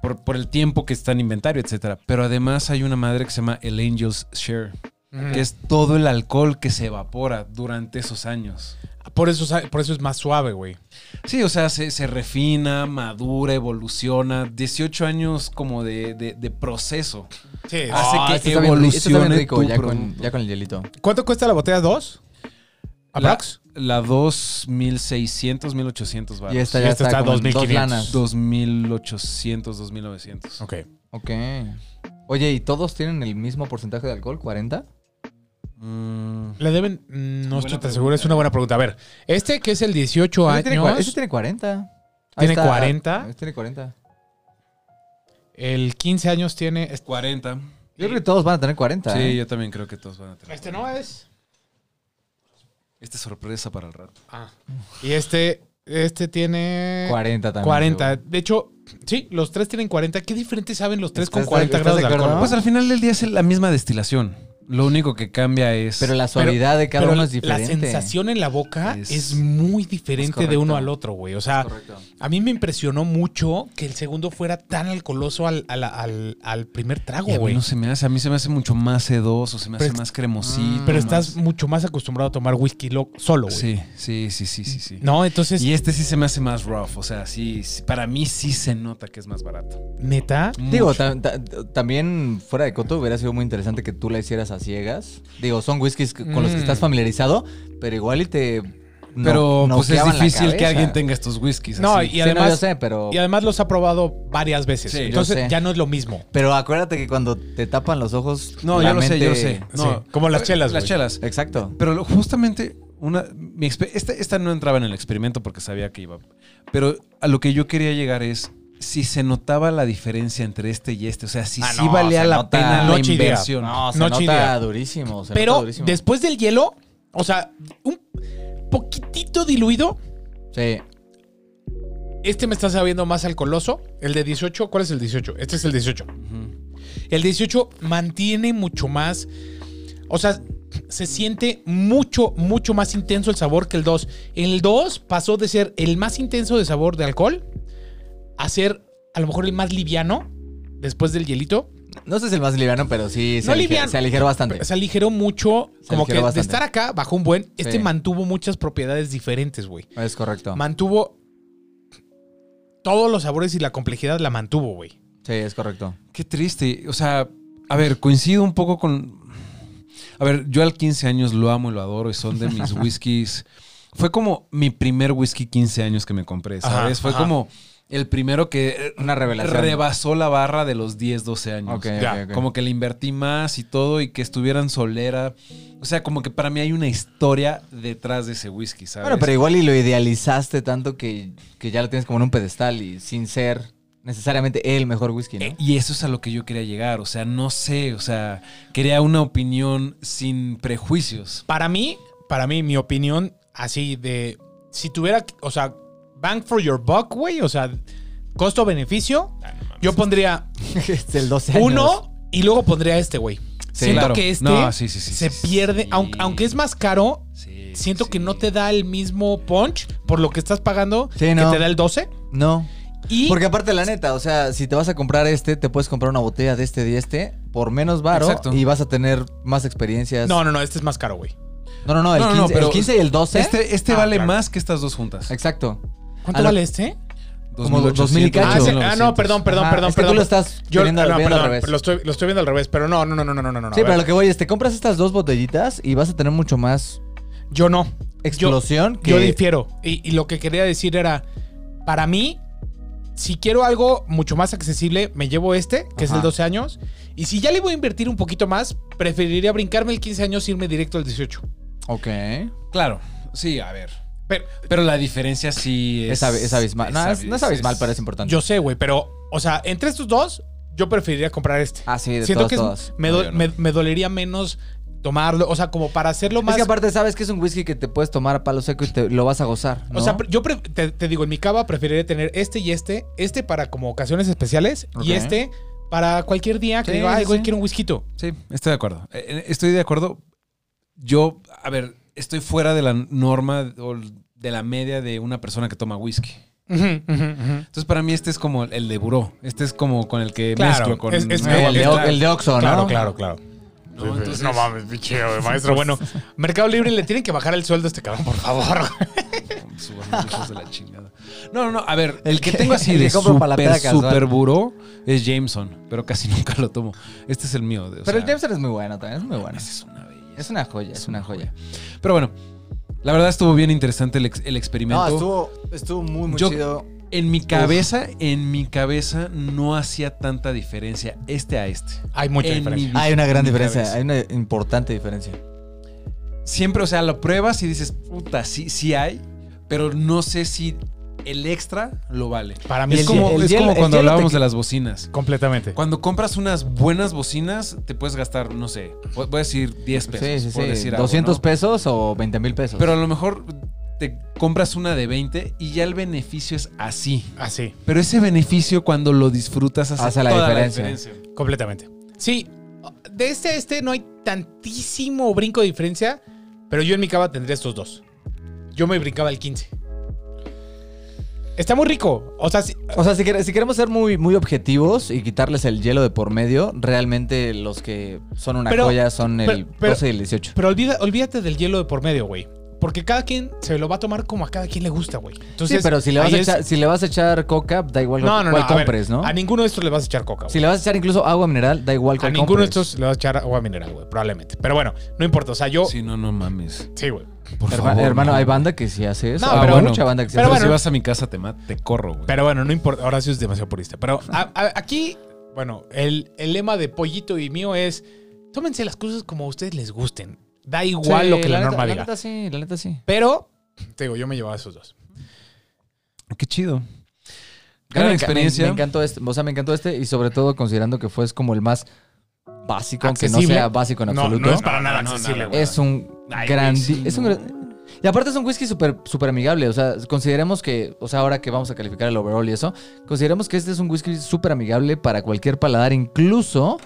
B: Por, por el tiempo que está en inventario, etcétera. Pero además hay una madre que se llama el Angel's Share,
C: Mm.
B: que es todo el alcohol que se evapora durante esos años.
C: Por eso, sa- por eso es más suave, güey.
B: Sí, o sea, se, se refina, madura, evoluciona. 18 años como de, de- de proceso.
C: Sí.
B: Hace
D: Ah,
B: que
D: este está bien- este está bien
B: evolucione
D: rico,
B: tu
D: ya con,
B: producto.
D: ya con el hielito.
C: ¿Cuánto cuesta la botella? ¿Dos?
B: La,
C: ¿Aprox?
B: la 2600, 1800
D: Y
B: baros.
D: esta ya
C: Y esta
D: está,
C: está
D: con dos
C: 2500.
D: lanas.
B: 2800, 2900.
C: Ok.
D: Ok. Oye, ¿y todos tienen el mismo porcentaje de alcohol? ¿40?
B: Mm,
C: Le deben. mm, No
B: Buena
C: estoy
B: pregunta.
C: tan seguro, es una buena pregunta. A ver, este que es el 18
D: Ese tiene, cua-
C: años,
D: ese tiene 40.
C: ¿Tiene 40?
D: Este tiene 40.
C: el 15 años tiene. este,
B: 40.
D: Yo creo que todos van a tener 40.
B: Sí,
D: ¿eh?
B: yo también creo que todos van a tener.
C: Este no es.
B: Esta es sorpresa para el rato.
C: Ah. Y este, este tiene
D: 40 también.
C: 40.
D: seguro.
C: De hecho, sí, los tres tienen 40. ¿Qué diferente saben los tres con
D: ¿Estás-
C: 40
D: estás de
C: grados de
D: acuerdo?
C: alcohol?
B: Pues al final del día es la misma destilación. Lo único que cambia es.
D: Pero la suavidad de cada
C: Pero
D: uno es
C: la
D: diferente.
C: sensación en la boca
B: Es-
C: es, muy
D: es
C: diferente
D: correcto.
C: de uno al otro, güey. O sea,
D: Correcto.
C: a mí me impresionó mucho que el segundo fuera tan alcoholoso al, al- al- al primer
B: Y
C: trago,
B: a mí
C: güey.
B: no se me hace. A mí se me hace mucho más sedoso, se me
C: Pero
B: hace
C: es- Mm.
B: más cremosito.
C: Pero
B: más-
C: estás mucho más acostumbrado a tomar whisky lo- solo, güey.
B: Sí, sí, sí, sí, sí. sí.
C: No, entonces,
B: Y este sí se me hace más rough. O sea, sí, sí, para mí sí se nota que es más barato.
C: neta,
D: Digo, ta-
B: Mucho.
D: ta- también fuera de coto hubiera sido muy interesante que tú la hicieras a ciegas. Digo, son whiskies que- con los que
C: Mm.
D: estás familiarizado, pero igual y te. no-
B: Pero pues es
D: noqueaban la
B: difícil que
D: cabeza.
B: alguien tenga estos whiskies.
C: No,
B: así.
D: Sí,
C: Y además-
D: no, yo sé, pero.
C: Y además los ha probado varias veces.
B: Sí, yo
D: sé.
C: Entonces ya no es lo mismo.
D: Pero acuérdate que cuando te tapan los ojos.
B: No,
D: la
B: yo lo sé, yo lo sé.
D: mente-
B: No,
C: Sí, como las
B: eh,
C: chelas,
B: Las
C: güey.
B: chelas.
D: Exacto.
B: Pero lo- justamente una mi exper- esta, esta no entraba en el experimento porque sabía que iba. Pero a lo que yo quería llegar es si se notaba la diferencia entre este y este, o sea, si
D: Ah,
B: sí
D: no,
B: valía
D: se
B: la
D: nota.
B: pena la
C: Noche y día.
B: inversión.
D: No, se
C: No
D: nota
C: chidea.
D: durísimo. se nota
C: Pero
D: durísimo.
C: después del hielo, o sea, un poquitito diluido,
D: Sí.
C: este me está sabiendo más alcoholoso. El de 18, ¿cuál es el 18? Este es el 18.
B: Ujú.
C: El 18 mantiene mucho más, o sea, se siente mucho, mucho más intenso el sabor que el 2. El 2 pasó de ser el más intenso de sabor de alcohol a ser a lo mejor el más liviano después del hielito.
D: No sé si el más liviano, pero sí se,
C: No
D: aliger-
C: liviano.
D: se aligeró bastante.
C: Pero Se aligeró mucho,
D: Se
C: como
D: aligeró
C: que
D: bastante.
C: de estar acá bajo un buen. Este
D: Sí.
C: mantuvo muchas propiedades diferentes, güey.
D: Es
B: Ah.
D: correcto.
C: Mantuvo todos los sabores y la complejidad la mantuvo, güey.
D: Sí, es correcto.
B: Qué triste, o sea, a ver, coincido un poco con A ver, yo al 15 años lo amo y lo adoro y son de
D: [LAUGHS]
B: mis whiskies. Fue como mi primer whisky 15 años que me compré,
C: Ajá,
B: ¿sabes? Fue
C: ajá.
B: como el primero que eh,
D: Una revelación.
B: rebasó la barra de los 10, 12 años.
D: Ok,
C: Ya,
D: ok, ok.
B: Como que le invertí más y todo y que estuvieran solera. O sea, como que para mí hay una historia detrás de ese whisky, ¿sabes?
D: Bueno, pero igual y lo idealizaste tanto que, que ya lo tienes como en un pedestal y sin ser necesariamente el mejor whisky, ¿no? [LAUGHS]
B: Eh, Y eso es a lo que yo quería llegar, o sea, no sé, o sea, quería una opinión sin prejuicios.
C: Para mí, para mí, mi opinión, así de. Si tuviera. O sea, bang for your buck, güey. O sea, costo-beneficio.
B: Ah,
C: Yo
B: [LAUGHS]
C: pondría
D: es Este, el 12 años.
C: uno y luego pondría este, güey.
B: Sí,
C: siento
B: claro.
C: que este
B: No, sí, sí, sí,
C: se
B: sí, sí,
C: pierde.
B: sí.
C: Aunque, aunque es más caro,
B: Sí,
C: siento
B: sí.
C: que no te da el mismo punch por lo que estás pagando
D: Sí,
C: que
D: no.
C: te da el 12.
D: No.
C: Y
D: Porque aparte, la neta, o sea, si te vas a comprar este, te puedes comprar una botella de este y este por menos varo
B: Exacto.
D: y vas a tener más experiencias.
C: No, no, no, este es más caro, güey.
D: no, no, no, el,
B: No, no,
D: 15,
B: no, pero-
D: el 15 y el 12.
B: Este, este
C: Ah,
B: vale
C: claro.
B: más que estas dos juntas.
D: Exacto.
C: ¿Cuánto
D: A la-
C: vale este?
D: como 2000 y cacho.
C: Ah, sí,
B: 1900.
C: ah, no, perdón, perdón,
D: Ajá,
C: perdón,
D: es que
C: perdón.
D: tú lo estás
C: Yo-
D: viendo-
C: ah, no,
D: viendo al
C: perdón,
D: revés.
C: Lo estoy, lo estoy viendo al revés, pero no, no, no, no, no, no, no.
D: sí,
C: a
D: pero
C: ver.
D: lo que voy es, te compras estas dos botellitas y vas a tener mucho más
C: Yo no. Yo,
D: explosión que...
C: yo difiero. Y, y lo que quería decir era, para mí, si quiero algo mucho más accesible, me llevo este, que es
D: Ajá.
C: el 12 años. Y si ya le voy a invertir un poquito más, preferiría brincarme el 15 años e irme directo al 18.
D: Ok.
B: Claro, sí, a ver.
C: Pero
B: Pero la diferencia sí
D: Es,
B: es.
D: ab- es abismal. no, es- no es
B: abis-
D: abismal, pero es importante.
C: yo sé, güey, pero, o sea, entre estos dos, yo preferiría comprar este.
D: Ah, sí, de
C: Siento
D: todos,
C: que es-
D: todos.
C: Me,
B: No,
C: do-
B: yo no.
C: me- me dolería menos tomarlo, o sea, como para hacerlo
D: Es
C: más...
D: que aparte sabes que es un whisky que te puedes tomar a palo seco y te lo vas a gozar. ¿no?
C: O sea, pre- yo pre- te, te digo, en mi cava preferiría tener este y este, este para como ocasiones especiales
D: Ok.
C: y este para cualquier día que
B: Sí,
C: diga, ay,
B: sí,
C: güey,
B: sí.
C: quiero un whisky.
B: Sí, estoy de acuerdo. Eh, Estoy de acuerdo. Yo, a ver, estoy fuera de la norma o de la media de una persona que toma whisky. Entonces, para mí, este es como el de buró. Este es como con el que
C: Claro,
B: mezclo con.
C: es- es-
D: No, el, de,
C: claro.
D: el de Oxxo, ¿no?
C: claro.
B: No, entonces-
C: mames, [LAUGHS] pinche maestro. Bueno, Mercado Libre le tienen que bajar el sueldo a este cabrón, por favor.
B: Suban los hijos de la chingada. No, no, no. A ver, el que
D: que-
B: tengo
D: [LAUGHS]
B: así
D: el que
B: de
D: compro para la peda
B: super,
D: casual.
B: super buró es Jameson, pero casi [LAUGHS] nunca lo tomo. Este es el mío. de- o
D: Pero
B: sea,
D: el Jameson es muy bueno también, es muy bueno.
B: ese es una belleza.
D: Es una joya, es una joya.
B: Pero bueno, la verdad estuvo bien interesante el, ex- el experimento.
D: estuvo muy,
B: muy Yo- chido. En mi cabeza, en mi cabeza no hacía tanta diferencia este a este.
C: Hay mucha
B: En
C: diferencia.
B: mi-
D: Ah, Hay una gran
B: en mi
D: diferencia,
B: cabeza.
D: hay una importante diferencia.
B: Siempre, o sea, lo pruebas y dices, puta, sí, sí hay, pero no sé si el extra lo vale.
C: Para mí
B: Es
D: el
B: como,
D: hielo- el
B: es
D: hielo-
B: como
D: el
B: cuando
D: hielo te
B: hablábamos
D: qui-
B: de las bocinas.
C: completamente.
B: Cuando compras unas buenas bocinas, te puedes gastar, no sé, voy voy a decir 10 pesos.
D: sí, sí,
B: por
D: sí.
B: decir algo,
D: 200
B: ¿no?
D: pesos o 20 mil pesos.
B: Pero a lo mejor te compras una de 20 y ya el beneficio es así.
C: Así,
B: Pero ese beneficio cuando lo disfrutas hace,
D: Hace la
B: la, diferencia.
D: diferencia.
C: completamente. Sí, de este a este no hay tantísimo brinco de diferencia, pero yo en mi cava tendría estos dos. Yo me brincaba el 15. Está muy rico. O sea, sí-
D: o sea, si, quer- si queremos ser muy, muy objetivos y quitarles el hielo de por medio, realmente los que son una
C: Pero-
D: joya son el
C: pero- pero-
D: 12 y el 18.
C: Pero olvida- olvídate del hielo de por medio, güey. Porque cada quien se lo va a tomar como a cada quien le gusta, güey. Entonces,
D: sí, pero si le, vas
C: ahí
D: a
C: es-
D: echar, si le vas a echar coca, da igual
C: no, no, no,
D: cuál
C: a ver,
D: compres, ¿no?
C: A ninguno de estos le vas a echar coca, güey.
D: Si le vas a echar incluso agua mineral, da igual
C: a
D: cuál
C: ninguno de
D: compres.
C: estos le vas a echar agua mineral, güey, probablemente. Pero bueno, no importa. O sea, yo.
B: Sí, no, no mames.
C: Sí, güey.
B: Por
D: Herma-
B: favor.
D: hermano,
B: no.
D: hay banda que sí hace eso.
C: No,
D: hay
B: pero-
D: mucha banda que sí
C: pero
D: hace eso.
B: Pero si
C: bueno.
B: vas a mi casa, te, ma- te corro, güey.
C: Pero bueno, no importa. Ahora sí es demasiado purista. Pero a- a- aquí, bueno, el, el lema de Pollito y mío es: tómense las cosas como a ustedes les gusten. Da igual
D: Sí,
C: lo que la,
D: neta-
C: norma
D: La
C: diga.
D: neta sí, la neta sí.
C: Pero, te digo, yo me llevaba esos dos.
B: Qué chido.
D: Me
B: Gran
D: enca-
B: experiencia.
D: Me, me encantó este. O sea, me encantó este y sobre todo considerando que fue es como el más básico, aunque no
C: Accesible.
D: sea básico en
C: No,
D: absoluto.
C: no es para
B: No,
C: nada
B: no, no,
C: accesible,
B: nada.
C: güey.
D: Es un
B: Ay,
D: gran...
B: güey, sí,
D: es un
B: no.
D: gran- Y aparte es un whisky súper súper amigable. O sea, consideremos que... O sea, ahora que vamos a calificar el overall y eso, consideremos que este es un whisky súper amigable para cualquier paladar, incluso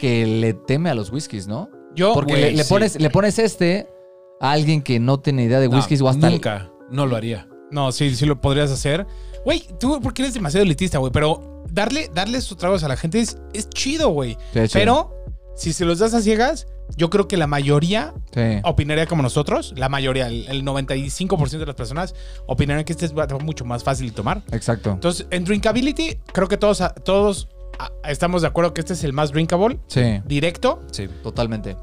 D: que le teme a los whiskies, ¿no?
C: Yo,
D: Porque
C: güey,
D: le, le
C: sí.
D: pones, le pones este a alguien que no tiene idea de
B: No,
D: whiskies o hasta...
B: Nunca. No lo haría.
C: No, sí, sí lo podrías hacer. Güey, tú porque eres demasiado elitista, güey, pero darle, darle sus tragos a la gente es, es chido, güey.
D: Sí, sí.
C: Pero si se los das a ciegas, yo creo que la mayoría
D: Sí.
C: opinaría como nosotros. La mayoría, el, el 95% de las personas opinarían que este es mucho más fácil de tomar.
D: Exacto.
C: Entonces, en drinkability, creo que todos, a- todos a- estamos de acuerdo que este es el más drinkable,
D: Sí.
C: directo.
B: Sí.
D: Totalmente.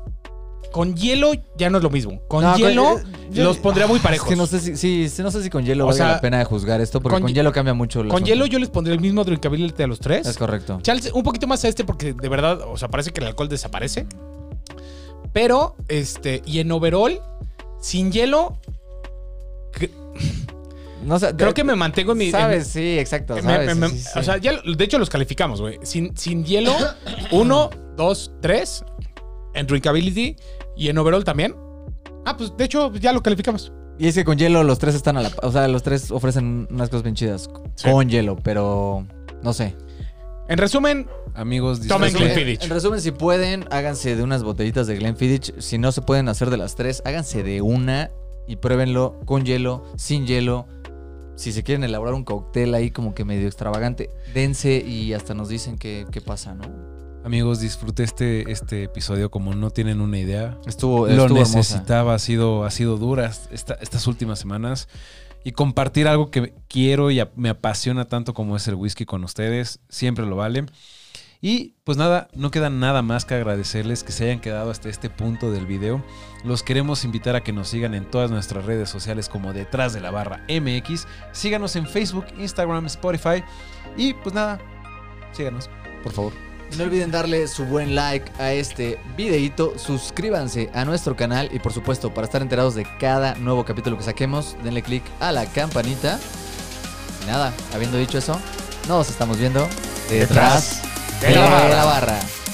C: Con hielo ya no es lo mismo. Con
D: No,
C: hielo
D: eh,
C: Los pondría muy
D: Es
C: parejos.
D: que no sé si, sí, sí, no sé si con hielo
C: O
D: valga
C: sea,
D: la pena de juzgar esto, porque
C: con
D: con,
C: hie-
D: hielo cambia mucho. el
C: Con
D: asunto.
C: hielo yo les pondría el mismo drinkability a los tres.
D: Es correcto.
C: Chance, un poquito más a este porque de verdad, o sea, parece que el alcohol desaparece. Pero, este, y en overall, sin hielo,
D: No, sé, eh,
C: creo
D: de-
C: que me mantengo en mi... en-
D: Sabes, sí, exacto.
C: me-
D: sabes,
C: me- me-
D: sí, sí, sí.
C: O sea, ya, de hecho los calificamos, güey. Sin, sin hielo,
D: [COUGHS]
C: uno, dos, tres. En drinkability y en overall también. Ah, pues de hecho ya lo calificamos.
D: y es que con hielo los tres están a la. pa- O sea, los tres ofrecen unas cosas bien chidas.
C: Sí.
D: Con hielo, pero. No sé.
C: En resumen,
B: Amigos,
C: Tomen
B: disfruten.
C: Glenfiddich. Fiddich.
D: En resumen, si pueden, háganse de unas botellitas de Glenfiddich. Si no se pueden hacer de las tres, háganse de una y pruébenlo con hielo, sin hielo. Si se quieren elaborar un cóctel ahí como que medio extravagante, dense y hasta nos dicen qué, qué pasa, ¿no?
B: Amigos, disfruté este, este episodio como no tienen una idea.
D: Estuvo,
B: Lo
D: estuvo hermosa.
B: necesitaba, ha sido, ha sido dura esta- estas últimas semanas. Y compartir algo que quiero y a- me apasiona tanto como es el whisky con ustedes, siempre lo vale. Y pues nada, no queda nada más que agradecerles que se hayan quedado hasta este punto del video. Los queremos invitar a que nos sigan en todas nuestras redes sociales como detrás de la barra MX. Síganos en Facebook, Instagram, Spotify. Y pues nada, síganos, por favor.
D: No olviden darle su buen like a este videíto, suscríbanse a nuestro canal y por supuesto para estar enterados de cada nuevo capítulo que saquemos, denle click a la campanita. Y nada, habiendo dicho eso, nos estamos viendo detrás, de, la barra.